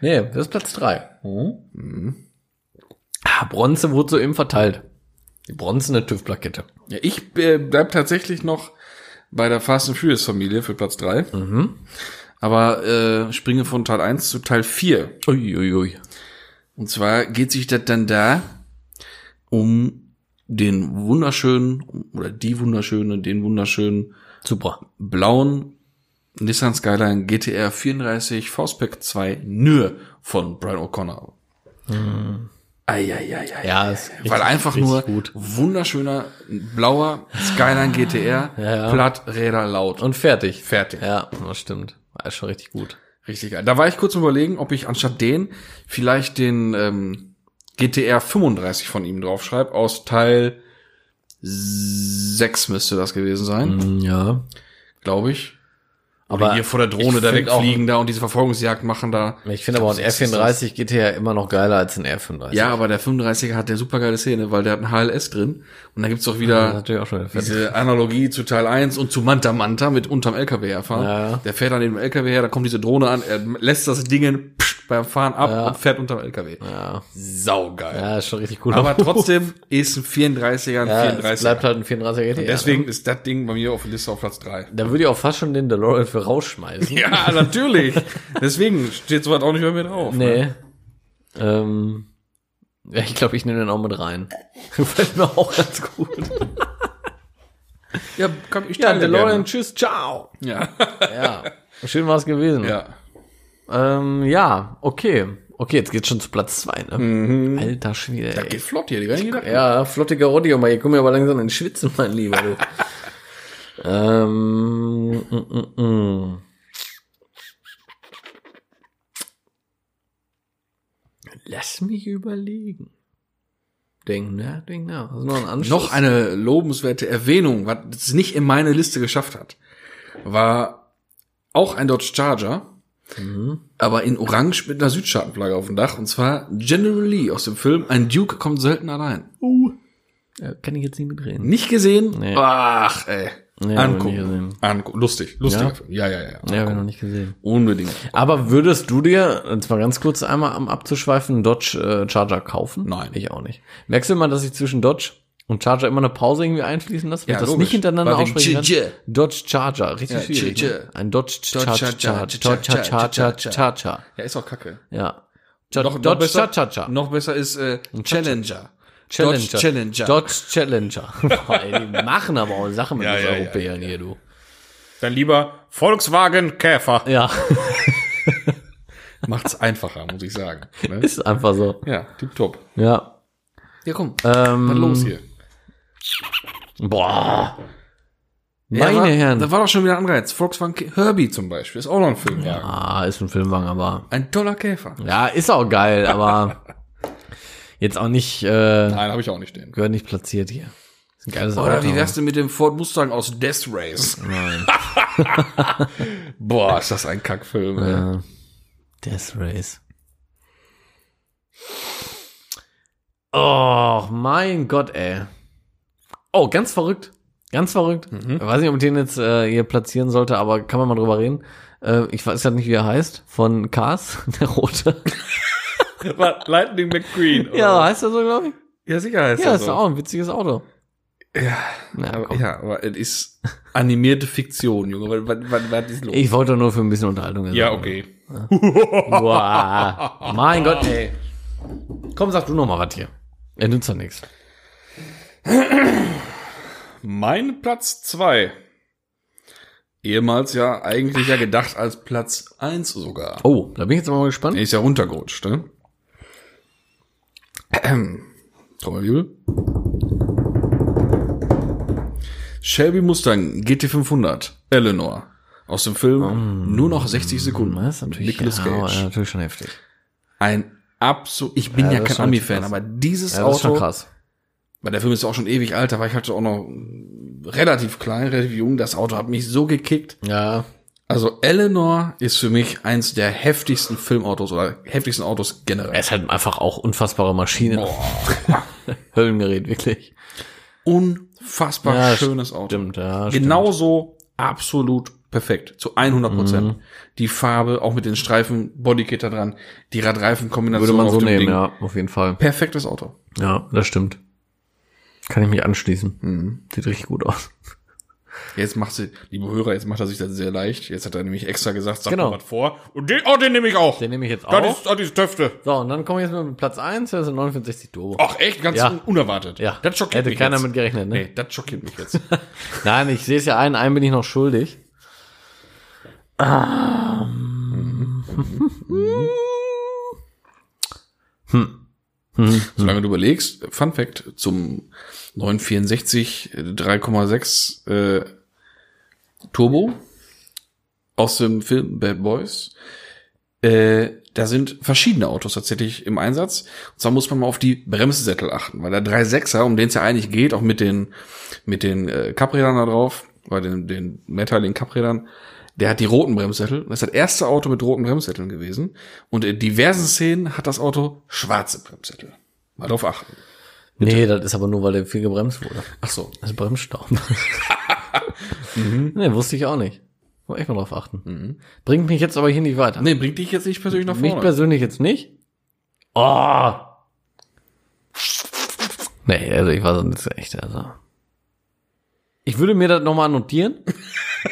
Nee, das ist Platz drei. Hm?
Mhm.
Ah, Bronze wurde so eben verteilt. Die bronzene TÜV-Plakette.
Ja, ich äh, bleib tatsächlich noch bei der Fast and Furious Familie für Platz 3.
Mhm.
Aber äh, springe von Teil 1 zu Teil 4.
Uiuiui.
Und zwar geht sich das dann da um den wunderschönen oder die wunderschöne, den wunderschönen
Super.
blauen Nissan Skyline GTR 34 Faustback 2 Nö von Brian O'Connor. Eieieiei.
Hm. Ja, ist
Weil
richtig-
einfach
richtig
nur
gut.
wunderschöner blauer Skyline GTR,
ja.
platt, Räder laut.
Und fertig.
Fertig.
Ja, das stimmt. War schon richtig gut.
Richtig geil. Da war ich kurz am überlegen, ob ich anstatt den vielleicht den ähm, GTR 35 von ihm draufschreibe. Aus Teil 6 müsste das gewesen sein,
Ja.
glaube ich.
Mhm. Aber
Wenn Mm, hier vor der Drohne
ich
da
find
wegfliegen da und diese Verfolgungsjagd machen da.
Auch, ich finde aber ein R34 GTR immer noch geiler als ein R35.
Ja, aber der 35er hat der super geile Szene, weil der hat ein HLS drin. Und da gibt's doch
Das ist
wieder
natürlich auch schon wieder fertig.
diese Analogie zu Teil 1 und zu Manta Manta mit unterm LKW herfahren.
Ja, ja.
Der fährt an dem LKW her, da kommt diese Drohne an, er lässt das Ding psch, beim Fahren ab und fährt unter dem LKW.
Ja.
Saugeil.
ja, ist schon richtig cool.
Aber trotzdem ist ein 34er ein
ja,
34er.
es bleibt halt ein 34er GTR.
Deswegen ist das Ding bei mir auf der Liste auf Platz 3.
Da würde ich auch fast schon den DeLorean für rausschmeißen.
Ja, natürlich. Deswegen steht sowas auch nicht bei mir drauf. Ne?
Nee. Ähm, ja, ich glaube, ich nehme den auch mit rein. Gefällt mir auch ganz gut.
Ja, komm, ich
Ja,
teile
DeLorean, tschüss, ciao.
gerne.
Ja. Schön war es gewesen.
Ja. ja.
Ähm, ja, okay. Okay, jetzt geht's schon zu Platz zwei. ne? Alter Schwede, ey.
Geht flott hier, die gar nicht gedacht.
Ja, flottiger Roddy, mal, hier kommen wir aber langsam in Schwitzen, mein Lieber. Du. ähm, mm, mm, mm. Lass mich überlegen. ne? Denk nach, denk nach. Das ist noch ein Anschluss.
Noch eine lobenswerte Erwähnung, was es nicht in meine Liste geschafft hat, war auch ein Dodge Charger,
Mhm.
aber in Orange mit einer Südstaatenflagge auf dem Dach. Und zwar General Lee aus dem Film Ein Duke kommt selten allein.
Ja, Äh, Kann ich jetzt nicht mitreden.
Nicht gesehen?
Nee.
Ach, ey.
Nee, hab ich nicht
angucken.
gesehen.
angucken. Lustig, lustiger
Ja?
Film. Ja, ja, ja. ja.
Ja, hab ich noch nicht gesehen.
Unbedingt.
Aber würdest du dir, und zwar ganz kurz einmal am abzuschweifen, einen Dodge äh, Charger kaufen?
Nein.
Ich auch nicht. Merkst du immer, dass ich zwischen Dodge und Charger immer eine Pause irgendwie einfließen lasse? weil
Ja,
ich das
logisch.
nicht hintereinander
Weil wegen
aussprechen
Ch-
kann? Dodge Charger, richtig
Ja,
schwierig.
Ch-
Ne?
Ch-
Ein Dodge Charger,
Charger,
Charger,
Ch-
Charger,
Charger,
Charger,
Charger.
Charger, Charger.
Ja, ist auch kacke.
Ja. Cha-
Noch, noch,
Dodge
besser,
Charger, Charger.
noch besser ist äh, Challenger.
Challenger.
Dodge Challenger.
Dodge Challenger. Boah, ey, die machen aber auch Sachen mit
Ja,
uns
ja, ja,
Europäern hier, du.
Dann lieber Volkswagen Käfer.
Ja,
Macht's einfacher, muss ich sagen. Ne?
ist einfach so.
Ja, tipptopp.
Ja.
Ja, komm.
Ähm,
was los hier?
Boah.
Ja,
Meine
war,
Herren.
Da war doch schon wieder Anreiz. Volkswagen Kä- Herbie zum Beispiel. Ist auch noch ein Filmwagen.
Ah, ist ein Filmwagen, aber.
Ein toller Käfer.
Ja, ist auch geil, aber jetzt auch nicht, äh,
Nein, habe ich auch nicht stehen.
gehört nicht platziert hier. Ist ein geiles
Oder
Auto.
wie wär's denn mit dem Ford Mustang aus Death Race?
Nein.
Boah, ist das ein Kackfilm. ey.
äh, Death Race. Oh, mein Gott, ey. Oh, ganz verrückt. Ganz verrückt.
Mhm.
Ich weiß nicht, ob ich den jetzt äh, hier platzieren sollte, aber kann man mal drüber reden. Äh, ich weiß gerade nicht, wie er heißt. Von Cars, der rote.
War Lightning McQueen. oder?
ja, heißt er so, glaube ich?
Ja, sicher heißt
Ja,
das
ist
so.
auch ein witziges Auto. Ja. Na,
Aber,
komm.
ja, aber es ist animierte Fiktion, Junge. Was, was, was, was ist los?
Ich wollte nur für ein bisschen Unterhaltung.
Ja, okay.
Wow. Mein Gott, ey. Komm, sag du noch mal was hier. Er nützt doch nichts.
Mein Platz zwei.
Ehemals ja eigentlich ja gedacht als Platz eins sogar.
Oh, da bin ich jetzt mal gespannt.
Er ist ja runtergerutscht, ne? Ähm, Ahem. Trommelwirbel. Shelby Mustang GT500 Eleanor aus dem Film nur noch 60 Sekunden.
Mm. Das ist natürlich,
Nicolas
ja,
Cage.
ja, natürlich schon heftig.
Ein absolut, ich bin
Ja,
ja,
das ist
kein
schon
Ami-Fan,
krass.
aber dieses
Ja, das ist schon
Auto,
krass.
weil der Film ist auch schon ewig alt, da war ich halt auch noch relativ klein, relativ jung, das Auto hat mich so gekickt.
Ja.
Also Eleanor ist für mich eins der heftigsten Filmautos oder heftigsten Autos
Er
generell.
ist halt einfach auch unfassbare Maschine. Höllengerät, wirklich.
Unfassbar
Ja,
schönes Auto. Genau
Stimmt, ja.
Genauso absolut perfekt. Zu 100 Prozent.
Mhm.
Die Farbe, auch mit den Streifen, Bodykit da dran, die Radreifenkombination.
Würde man so
auf dem
nehmen,
Ding.
ja, auf jeden Fall.
Perfektes Auto.
Ja, das stimmt. Kann ich mich anschließen. Sieht richtig gut aus.
Jetzt macht sie, liebe Hörer, jetzt macht er sich das sehr leicht. Jetzt hat er nämlich extra gesagt, sag
Genau.
mal was.
Was vor? Und den, oh, den nehme ich auch.
Den nehme ich jetzt auch.
Das ist, das ist Töfte.
So, und dann komme ich jetzt mit Platz 1, das ist ein 4960 Turbo.
Ach echt, ganz
Ja.
un- unerwartet.
Ja,
Das schockiert
hätte
mich
keiner
jetzt.
mit gerechnet, ne?
Nee, das schockiert mich jetzt.
Nein, ich sehe es ja ein, einen bin ich noch schuldig.
Solange du überlegst, Fun Fact zum 964 äh, 3,6 äh, Turbo aus dem Film Bad Boys. Äh, da sind verschiedene Autos tatsächlich im Einsatz. Und zwar muss man mal auf die Bremssättel achten, weil der 3.6er, um den es ja eigentlich geht, auch mit den, mit den äh, Kaprädern da drauf, bei den, den metalligen Kaprädern, der hat die roten Bremssättel. Das ist das erste Auto mit roten Bremssätteln gewesen. Und in diversen Szenen hat das Auto schwarze Bremssättel. Mal drauf achten.
Nee, das ist aber nur, weil der viel gebremst wurde.
Ach so. Mhm.
Das ist Bremsstaub. nee, wusste ich auch nicht. Muss echt mal drauf achten. Bringt mich jetzt aber hier nicht weiter.
Nee, bringt Mhm. dich jetzt nicht persönlich nach
Mich
vorne.
persönlich jetzt nicht. Oh. Nee, also ich weiß nicht, das ist echt, also. Ich würde mir das nochmal notieren.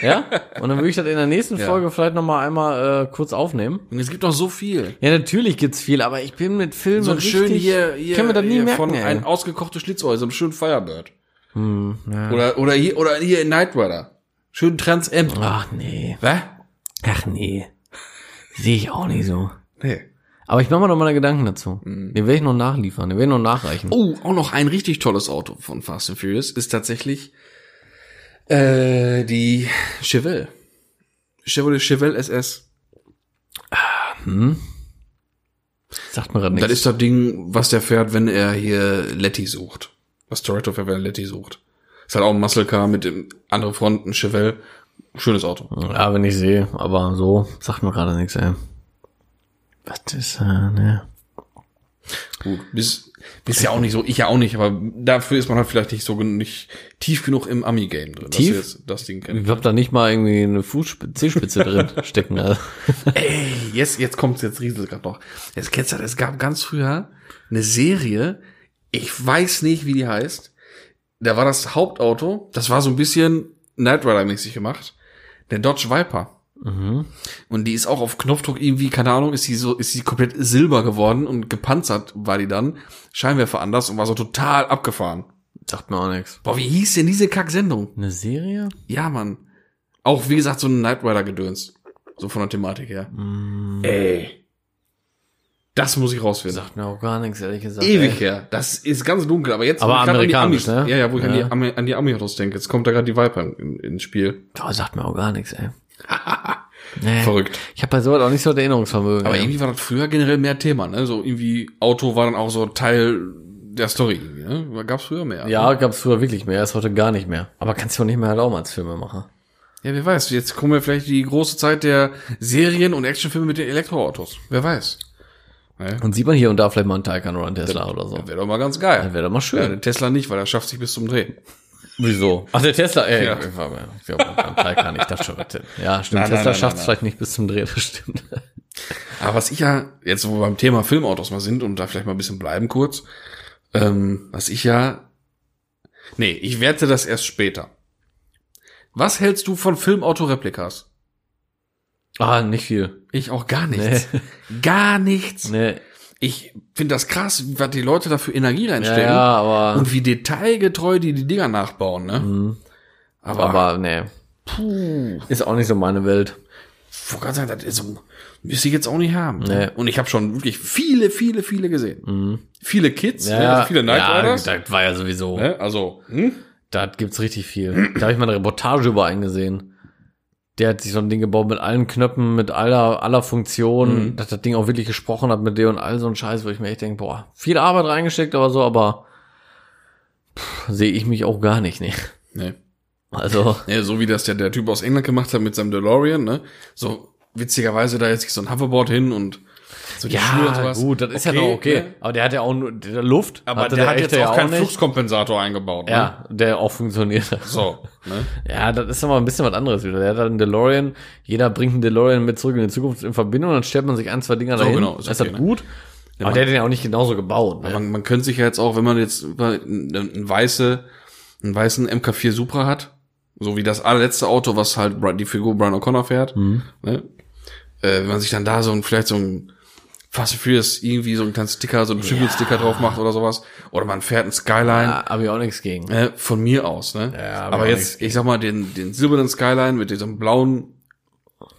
ja? Und dann würde ich das in der nächsten
Ja.
Folge vielleicht nochmal einmal äh, kurz aufnehmen.
es gibt noch so viel.
Ja, natürlich gibt's viel, aber ich bin mit Filmen
So ein schön hier, hier,
kann mir das nie
hier
merken,
von
ey.
ein ausgekochte Schlitzohr, so einem schönen Firebird.
ja.
Oder, oder hier, oder hier in Knight Rider. Schönen Trans M.
Ach nee.
Was?
Ach nee. Sehe ich auch nicht so.
Nee.
Aber ich mache mir noch mal Gedanken dazu. Den werde ich noch nachliefern, den werde ich noch nachreichen.
Mhm. Oh, auch noch ein richtig tolles Auto von Fast and Furious ist tatsächlich äh, die Chevelle. Chevrolet Chevelle SS.
Hm? Sagt mir gerade
Das
nichts.
ist das Ding, was der fährt, wenn er hier Letty sucht. Was Toretto fährt, wenn er Letty sucht. Ist halt auch ein Muscle Car mit dem anderen Front, ein Chevelle. Schönes Auto.
Ja, wenn ich sehe, aber so sagt mir gerade nichts, ey. Was ist, äh, ne?
Gut, bist, bist ja auch nicht so, ich ja auch nicht, aber dafür ist man halt vielleicht nicht so gen- nicht tief genug im Ami-Game drin,
Tief?
dass wir jetzt das Ding kennen.
Ich hab da nicht mal irgendwie eine Fußspitze, Zehspitze drin stecken. Also.
Jetzt, jetzt kommt's jetzt rieselt grad noch. Jetzt kennst du das, es gab ganz früher eine Serie, ich weiß nicht, wie die heißt. Da war das Hauptauto, das war so ein bisschen Knight Rider-mäßig gemacht, der Dodge Viper. Mhm. Und die ist auch auf Knopfdruck irgendwie, keine Ahnung, ist sie so, ist sie komplett silber geworden und gepanzert war die dann. Scheinwerfer anders und war so total abgefahren.
Sagt mir auch nichts.
Boah, wie hieß denn diese Kacksendung?
Eine Serie?
Ja, Mann. Auch wie gesagt, so ein Knight Rider-Gedöns. So von der Thematik her. Mm. Ey. Das muss ich rausfinden.
Sagt mir auch gar nichts, ehrlich gesagt.
Ewig
ey.
her. Das ist ganz dunkel, aber jetzt.
Aber
wo ich grad
amerikanisch,
an die Amis,
ne?
Ja, ja, wo ich
Ja.
an die, Ami- an die Ami-Autos denke. Jetzt kommt da gerade die Viper in- ins Spiel.
Boah, sagt mir auch gar nichts, ey. nee.
Verrückt.
Ich habe bei sowas auch nicht so das Erinnerungsvermögen.
Äh, Aber
ey.
irgendwie war das früher generell mehr Thema, ne? So irgendwie Auto war dann auch so Teil der Story, irgendwie, ne? Gab's früher mehr.
ja, gab's früher wirklich mehr, ist heute gar nicht mehr. Aber kannst du auch nicht mehr erlauben als Filmemacher.
Ja, wer weiß. Jetzt kommen wir vielleicht die große Zeit der Serien und Actionfilme mit den Elektroautos. Wer weiß.
Und sieht man hier und da vielleicht mal einen Taycan oder einen Tesla oder so.
Wäre doch mal ganz geil.
Das wäre doch mal
Ja,
schön.
der Tesla nicht, weil er schafft sich bis zum Dreh.
Wieso? Ach, der Tesla, ey.
Ja.
Ich war mir- ich war beim Taycan, ich dachte schon, was denn? Ja, stimmt,
Nein, nein,
Tesla
nein,
schafft
nein,
es
nein.
vielleicht nicht bis zum Dreh, das stimmt.
Aber was ich ja, jetzt wo wir beim Thema Filmautos mal sind und da vielleicht mal ein bisschen bleiben kurz, ähm, was ich ja, nee, ich werte das erst später. Was hältst du von Filmauto-Replikas?
Ah, nicht viel.
Ich auch gar nichts. Gar nichts.
Nee.
Ich finde das krass, was die Leute da für Energie
Ja,
reinstecken
ja, aber,
und wie detailgetreu die die Dinger nachbauen, ne? Aber,
aber nee. Ist auch nicht so meine Welt.
vor Gott sei Dank, das ist so, müsste ich jetzt auch nicht haben. ne?
Nee.
Und ich habe schon wirklich viele, viele, viele gesehen. Viele Kids, ne, also viele Night
Mhm. ja, genau.
Riders.
das war ja sowieso.
Ne? Also, hm?
Da gibt's richtig viel. Da habe ich mal eine Reportage über einen gesehen. Der hat sich so ein Ding gebaut mit allen Knöpfen, mit aller, aller Funktionen,
Mhm.
dass das Ding auch wirklich gesprochen hat mit dir und all so ein Scheiß, wo ich mir echt denke, boah, viel Arbeit reingesteckt, aber so, aber pff, sehe ich mich auch gar nicht, ne?
Nee.
Also,
Ja, so wie das der, der Typ aus England gemacht hat mit seinem DeLorean, ne? So witzigerweise da jetzt so ein Hoverboard hin und so die Schuhe und sowas.
gut, das ist ja noch okay.
ne?
Aber der hat ja auch nur der Luft.
Aber
hatte
der, hat
echte
jetzt auch keinen
nicht.
Fluxkompensator eingebaut, ne?
Ja, der auch funktioniert.
So, ne?
Ja, das ist nochmal ein bisschen was anderes wieder. Der hat dann einen DeLorean, jeder bringt einen DeLorean mit zurück in die Zukunft in Verbindung, dann stellt man sich ein, zwei Dinger dahin.
genau, ist
Also ist das
okay, ne?
gut. Aber der hat den ja auch nicht genauso gebaut. Ne?
Äh. Man, man könnte sich ja jetzt auch, wenn man jetzt einen, einen, weiße, einen weißen MK4 Supra hat, so wie das allerletzte Auto, was halt Bri- die Figur Brian O'Connor fährt,
Mhm.
ne? äh, wenn man sich dann da so ein, vielleicht so ein Fast and Furious irgendwie so einen kleinen Sticker, so einen Tribute-Sticker drauf macht oder sowas, oder man fährt einen Skyline,
Ja, hab ich auch nichts gegen.
ne? von mir aus, ne?
Ja, aber
aber
nichts
jetzt, ich sag mal, den, den silbernen Skyline mit diesem blauen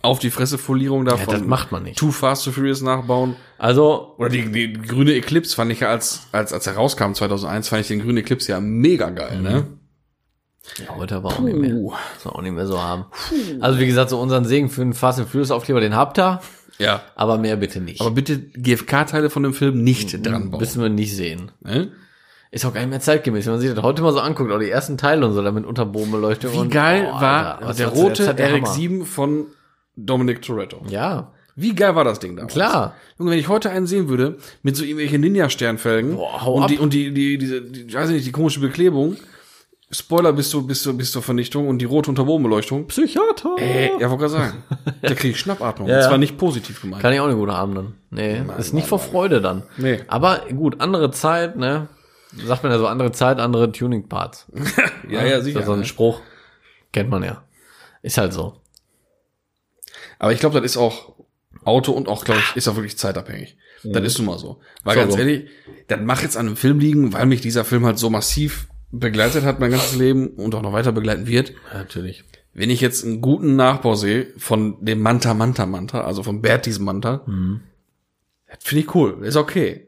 auf die Fresse Folierung davon.
das macht man nicht.
Too Fast to Furious nachbauen.
Also,
Oder die, die grüne Eclipse fand ich ja als, als, als er rauskam 2001, fand ich den grünen Eclipse ja mega geil,
Mhm.
ne?
ja, heute aber auch nicht mehr. Das auch nicht mehr so haben. Also, wie gesagt, so unseren Segen für den Fast and Furious Aufkleber, den habt ihr,
Ja.
aber mehr bitte nicht.
Aber bitte GFK-Teile von dem Film
Mhm.
nicht dran bauen.
Müssen wir nicht sehen.
Ne?
Ist auch gar nicht mehr zeitgemäß. Wenn man sich das heute mal so anguckt, auch die ersten Teile und so, damit Unterbodenbeleuchtung.
Wie
und,
geil
Boah,
war
Alter, was
der
war zu der
rote
Zeit der Hammer.
RX-7 von Dominic Toretto?
Ja,
Wie geil war das Ding damals?
Klar.
Junge, wenn ich heute einen sehen würde, mit so irgendwelchen Ninja-Sternfelgen
Boah, hau
und,
ab.
die, und die, die, diese, die, ich weiß nicht, die komische Beklebung, Spoiler bis zur, bis zur, bis zur Vernichtung und die rote Unterbodenbeleuchtung.
Psychiater.
Äh, ja, wollte gerade sagen. da kriege ich Schnappatmung.
Ja,
Ja.
ja.
Das war nicht positiv gemeint.
Kann ich auch nicht gut haben dann. Nee, ist nicht vor Freude dann.
Nee.
Aber gut, andere Zeit, ne? Sagt man ja so, andere Zeit, andere Tuning-Parts.
ja, ja, ne?
Ist ja so ein Spruch. Kennt man ja. Ist halt so.
Aber ich glaube, das ist auch Auto und auch, glaube ich, ist auch wirklich zeitabhängig. Das ist nun mal Mhm. so. Weil
So,
ganz
so.
ehrlich, dann mach jetzt an einem Film liegen, weil mich dieser Film halt so massiv begleitet hat mein ganzes Leben und auch noch weiter begleiten wird.
natürlich.
Wenn ich jetzt einen guten Nachbau sehe von dem Manta Manta Manta, also von Bertis Manta, das finde ich cool, ist okay.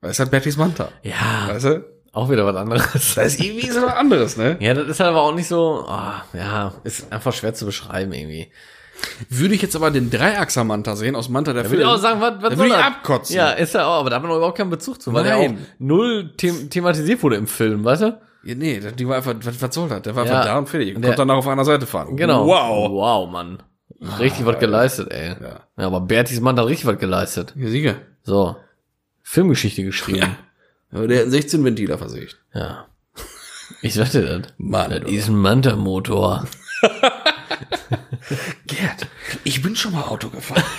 Weil es hat Bertis Manta.
Ja,
Weißt du?
auch wieder was anderes.
Das ist irgendwie so was anderes, ne?
ja, das ist halt aber auch nicht so, ah, ja, ist einfach schwer zu beschreiben irgendwie.
Würde ich jetzt aber den Dreiachser Manta sehen aus Manta der
Ich würde
Film.
auch sagen, was, was
Da
soll
würde ich
das?
abkotzen.
Ja, ist ja auch, aber da hat man überhaupt keinen Bezug zu, weil der auch
Nein.
null them thematisiert wurde im Film, weißt du?
Ja, nee, die war einfach, was, was soll das? Der war
Ja.
einfach da und fertig. Und
Der-
konnte danach auf einer Seite fahren.
Genau.
Wow.
Wow, Mann. Richtig was geleistet, ey. Ja.
Ja.
aber Bertis Mann hat richtig was geleistet.
Der Sieger.
So. Filmgeschichte geschrieben.
Aber der hat einen 16 Ventiler versägt.
Ja. Ich sagte das.
Mann,
das ist ein Manta-Motor.
Gerd, ich bin schon mal Auto gefahren.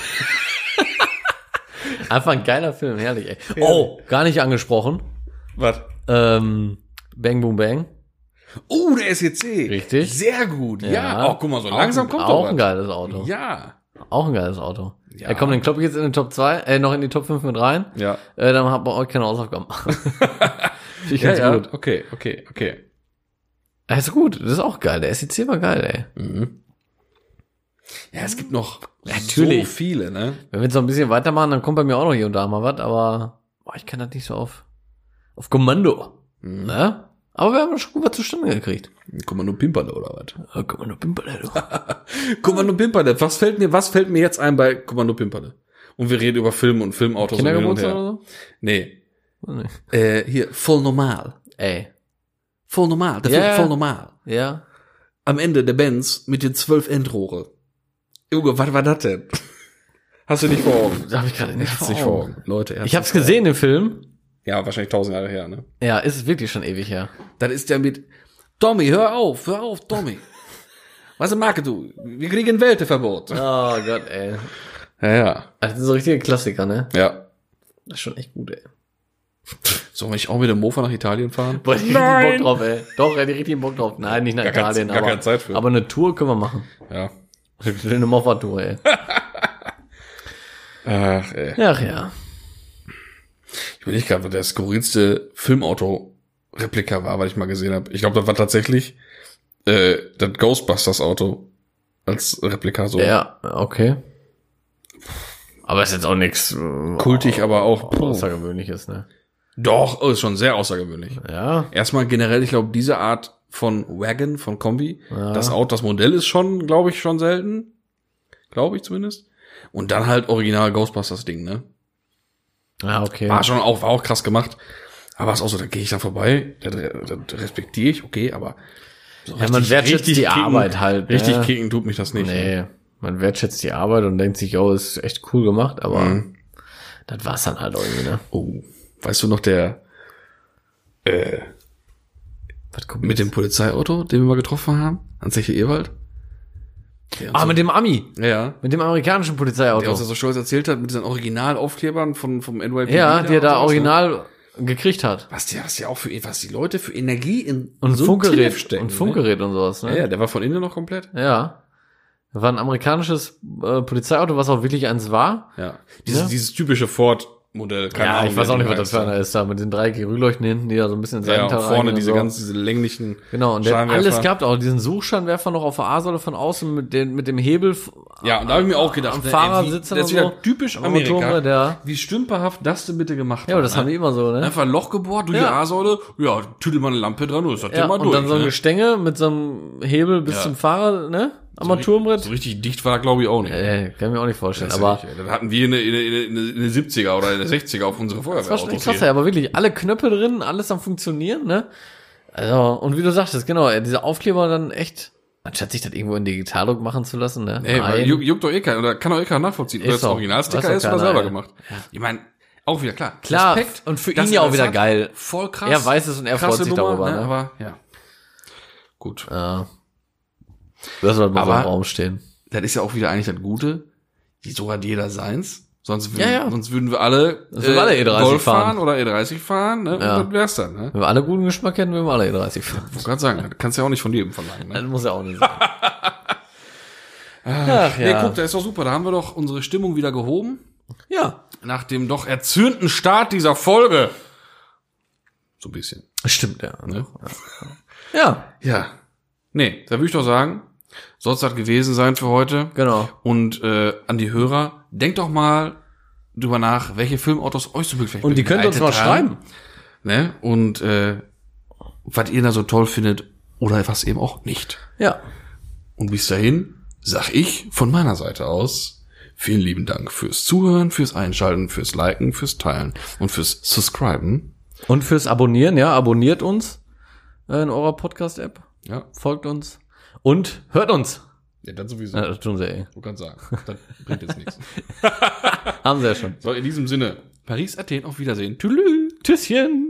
Einfach ein geiler Film, herrlich, ey. Oh, gar nicht angesprochen.
Was?
Ähm, Bang Boom Bang.
Oh, der SEC.
Richtig.
Sehr gut. Ja. Oh, guck mal, so
Auch
langsam
ein,
kommt
Auch
doch
ein
was.
geiles Auto.
Ja.
Auch ein geiles Auto.
Ja.
Er kommt den Klopp jetzt in den Top 2, äh, noch in die Top 5 mit rein.
Ja.
Äh, dann habt ihr euch keine Hausaufgaben. Finde ich
Ja,
ganz
ja.
gut.
Okay, okay, okay.
Das ist Also gut, das ist auch geil. Der SEC war geil, ey. Mhm.
Ja, es gibt noch
Natürlich.
so viele, ne?
Wenn wir jetzt noch ein bisschen weitermachen, dann kommt bei mir auch noch hier und da mal was, aber boah, ich kann das nicht so auf, auf Kommando.
Mhm.
Ne? Aber wir haben schon gut was zustande gekriegt.
Kommando Pimperle oder was?
Äh, Kommando Pimperle, du.
Kommando Pimperle. Was fällt mir, was fällt mir jetzt ein bei Kommando Pimperle? Und wir reden über Filme und Filmautos. und hin und
Kindergeburtstag
her.
oder so?
Nee.
Weiß nicht.
Äh, hier, voll normal.
Ey,
Voll normal. Der
Ja,
Film
ja.
voll normal.
ja.
am Ende der Benz mit den zwölf Endrohre. Junge, was war das denn? Hast du nicht vor Augen?
Da habe ich gerade nicht,
Hast
vor
du nicht vor
Augen.
Augen. Leute, er
Ich hab's gesehen, den Film.
Ja, wahrscheinlich tausend Jahre her, ne?
Ja, ist es wirklich schon ewig her.
Das ist der mit, Tommy, hör auf, hör auf, Tommy. Was machst du? Wir kriegen Welteverbot. Ja,
Oh Gott, ey.
ja.
Das sind Also, so richtige Klassiker, ne?
ja.
Das ist schon echt gut, ey.
Soll ich auch mit dem Mofa nach Italien fahren?
Boah, ich hätte
Nein.
richtig Bock drauf, ey. Doch, hätte ich richtig Bock drauf. Nein, nicht nach
keine-
Italien,
gar
aber,
keine Zeit für.
aber eine Tour können wir machen.
Ja.
Eine Moffa-Tour, ey.
Ach, ey.
Ach ja.
Ich will nicht gerade, was der skurrilste Filmauto-Replika war, was ich mal gesehen habe. Ich glaube, das war tatsächlich äh, das Ghostbusters-Auto als Replika so.
Ja, okay. Aber ist jetzt auch nichts
Kultig, aber auch.
Außergewöhnliches, ne?
Doch, oh, ist schon sehr außergewöhnlich.
Ja.
Erstmal generell, ich glaube, diese Art von Wagon, von Kombi, das Auto, das Modell ist schon, glaube ich, schon selten. Glaube ich zumindest. Und dann halt original Ghostbusters Ding, ne?
Ja, Ah, okay.
War schon auch, war auch krass gemacht. Aber ist auch so, da gehe ich dann vorbei, da, da, da respektiere ich, okay, aber. So
Ja, man wertschätzt die Arbeit halt, ne?
Richtig kicken tut mich das nicht.
Nee, man wertschätzt die Arbeit und denkt sich, oh, ist echt cool gemacht, aber
Mhm.
das war's dann halt irgendwie, ne?
Oh. Weißt du noch, der äh,
Was kommt
mit dem Polizeiauto, den wir mal getroffen haben? An Zeche Ewald? Der uns
Ah,
so-
mit dem Ami.
ja.
Mit dem amerikanischen
Der uns
Polizeiauto.
das so stolz erzählt hat mit diesen Originalaufklebern von, vom NYPD.
Ja, der
und
da
sowas, ne?
original gekriegt hat.
Was die, was die auch für, was die Leute für Energie in
Und
so ein
Funkgerät.
TF stecken,
und Funkgerät und sowas,
Ne?
ne?
Ja, ja, der war von innen noch komplett.
Ja. War ein amerikanisches äh, Polizeiauto, was auch wirklich eins war.
Ja. Dieses,
Ja.
dieses typische Ford-Modell. keine
ja,
Ahnung,
ich weiß
wie
auch nicht,
die
was das für
heißt.
einer ist da mit den drei Rühleuchten hinten, die da so ein bisschen ins
Ja,
Seitental
und vorne
reingehen
diese
und so.
ganz, diese länglichen.
Genau, und der hat
Scheinwerfer.
alles gehabt, auch diesen Suchscheinwerfer noch auf der A-Säule von außen mit, den, mit dem Hebel. f-
Ja, und da habe ich mir auch gedacht,
Am
ne, ey,
Fahrersitz
wie, das
oder
ist
so.
wieder typisch
Am Motorrad, ja.
Amerika. Wie stümperhaft das denn bitte gemacht
Ja, aber das haben die immer so, ne?
Einfach ein Loch gebohrt durch
Ja.
die A-Säule, ja, tüdel mal eine Lampe dran und das hat
Ja,
ja, mal
und
durch.
dann so ein
ne?
Gestänge mit so einem Hebel bis
Ja.
zum Fahrer, ne? Armaturenbrett.
So richtig dicht war, glaube ich, auch nicht.
äh, kann ich mir auch nicht vorstellen,
Das ist äh,
aber
ja nicht, ey. das hatten wir in der, in, der, in, der, in der 70er oder in der 60er auf unsere
das war schon
Feuerwehrautos.
echt krass,
hier.
ey, aber wirklich, alle Knöpfe drin, alles am funktionieren, ne? Also, und wie du sagtest, genau, ey, diese Aufkleber dann echt, anstatt sich das irgendwo in Digitaldruck machen zu lassen, ne?
Ey, weil
Nein.
juckt, juckt doch eh keiner, oder kann doch eh keiner nachvollziehen, ob
Ist
das
so. Weiß
Originalsticker
doch
ist oder
keiner,
selber
ey.
gemacht. Ich meine, auch wieder klar.
Klar, und für ihn ja auch
das
wieder
hat.
geil.
Voll krass.
Er weiß es und er
Krasse
freut sich darüber, ne?
Aber, ja. Gut.
Ja. Das wird mal so
Aber-
im Raum stehen.
Das ist ja auch wieder eigentlich das Gute. Die- So hat jeder seins. Sonst würden,
Ja, ja.
Sonst würden wir alle, äh,
Sonst würden wir alle E30
Golf fahren
fahren.
oder E30 fahren, ne?
Ja.
Und dann wär's dann, ne?
Wenn wir alle guten Geschmack hätten, würden wir alle E30 fahren.
Ich gerade sagen, das kannst du ja auch nicht von jedem verlangen. Ne?
Das muss ja auch nicht sein. Ach
Nee,
ja.
guck, das ist doch super. Da haben wir doch unsere Stimmung wieder gehoben.
ja.
Nach dem doch erzürnten Start dieser Folge. So ein bisschen.
Stimmt, ja.
Ne?
Ja,
Ja. Nee, da würde ich doch sagen, soll es das gewesen sein für heute.
genau.
Und äh, an die Hörer, denkt doch mal drüber nach, welche Filmautos euch so vielleicht
Und die könnt uns
begleitet
mal
haben.
schreiben.
Ne? Und äh, was ihr da so toll findet oder was eben auch nicht.
Ja.
Und bis dahin sag ich von meiner Seite aus vielen lieben Dank fürs Zuhören, fürs Einschalten, fürs Liken, fürs Teilen und fürs Subscriben.
Und fürs Abonnieren, ja, abonniert uns äh, in eurer Podcast-App,
Ja,
folgt uns und hört uns.
ja dann sowieso.
Ja, das tun sie eh.
Du kannst sagen, das bringt jetzt nichts.
Haben sie ja schon.
So, in diesem Sinne, Paris, Athen, auf Wiedersehen.
Tschüsschen.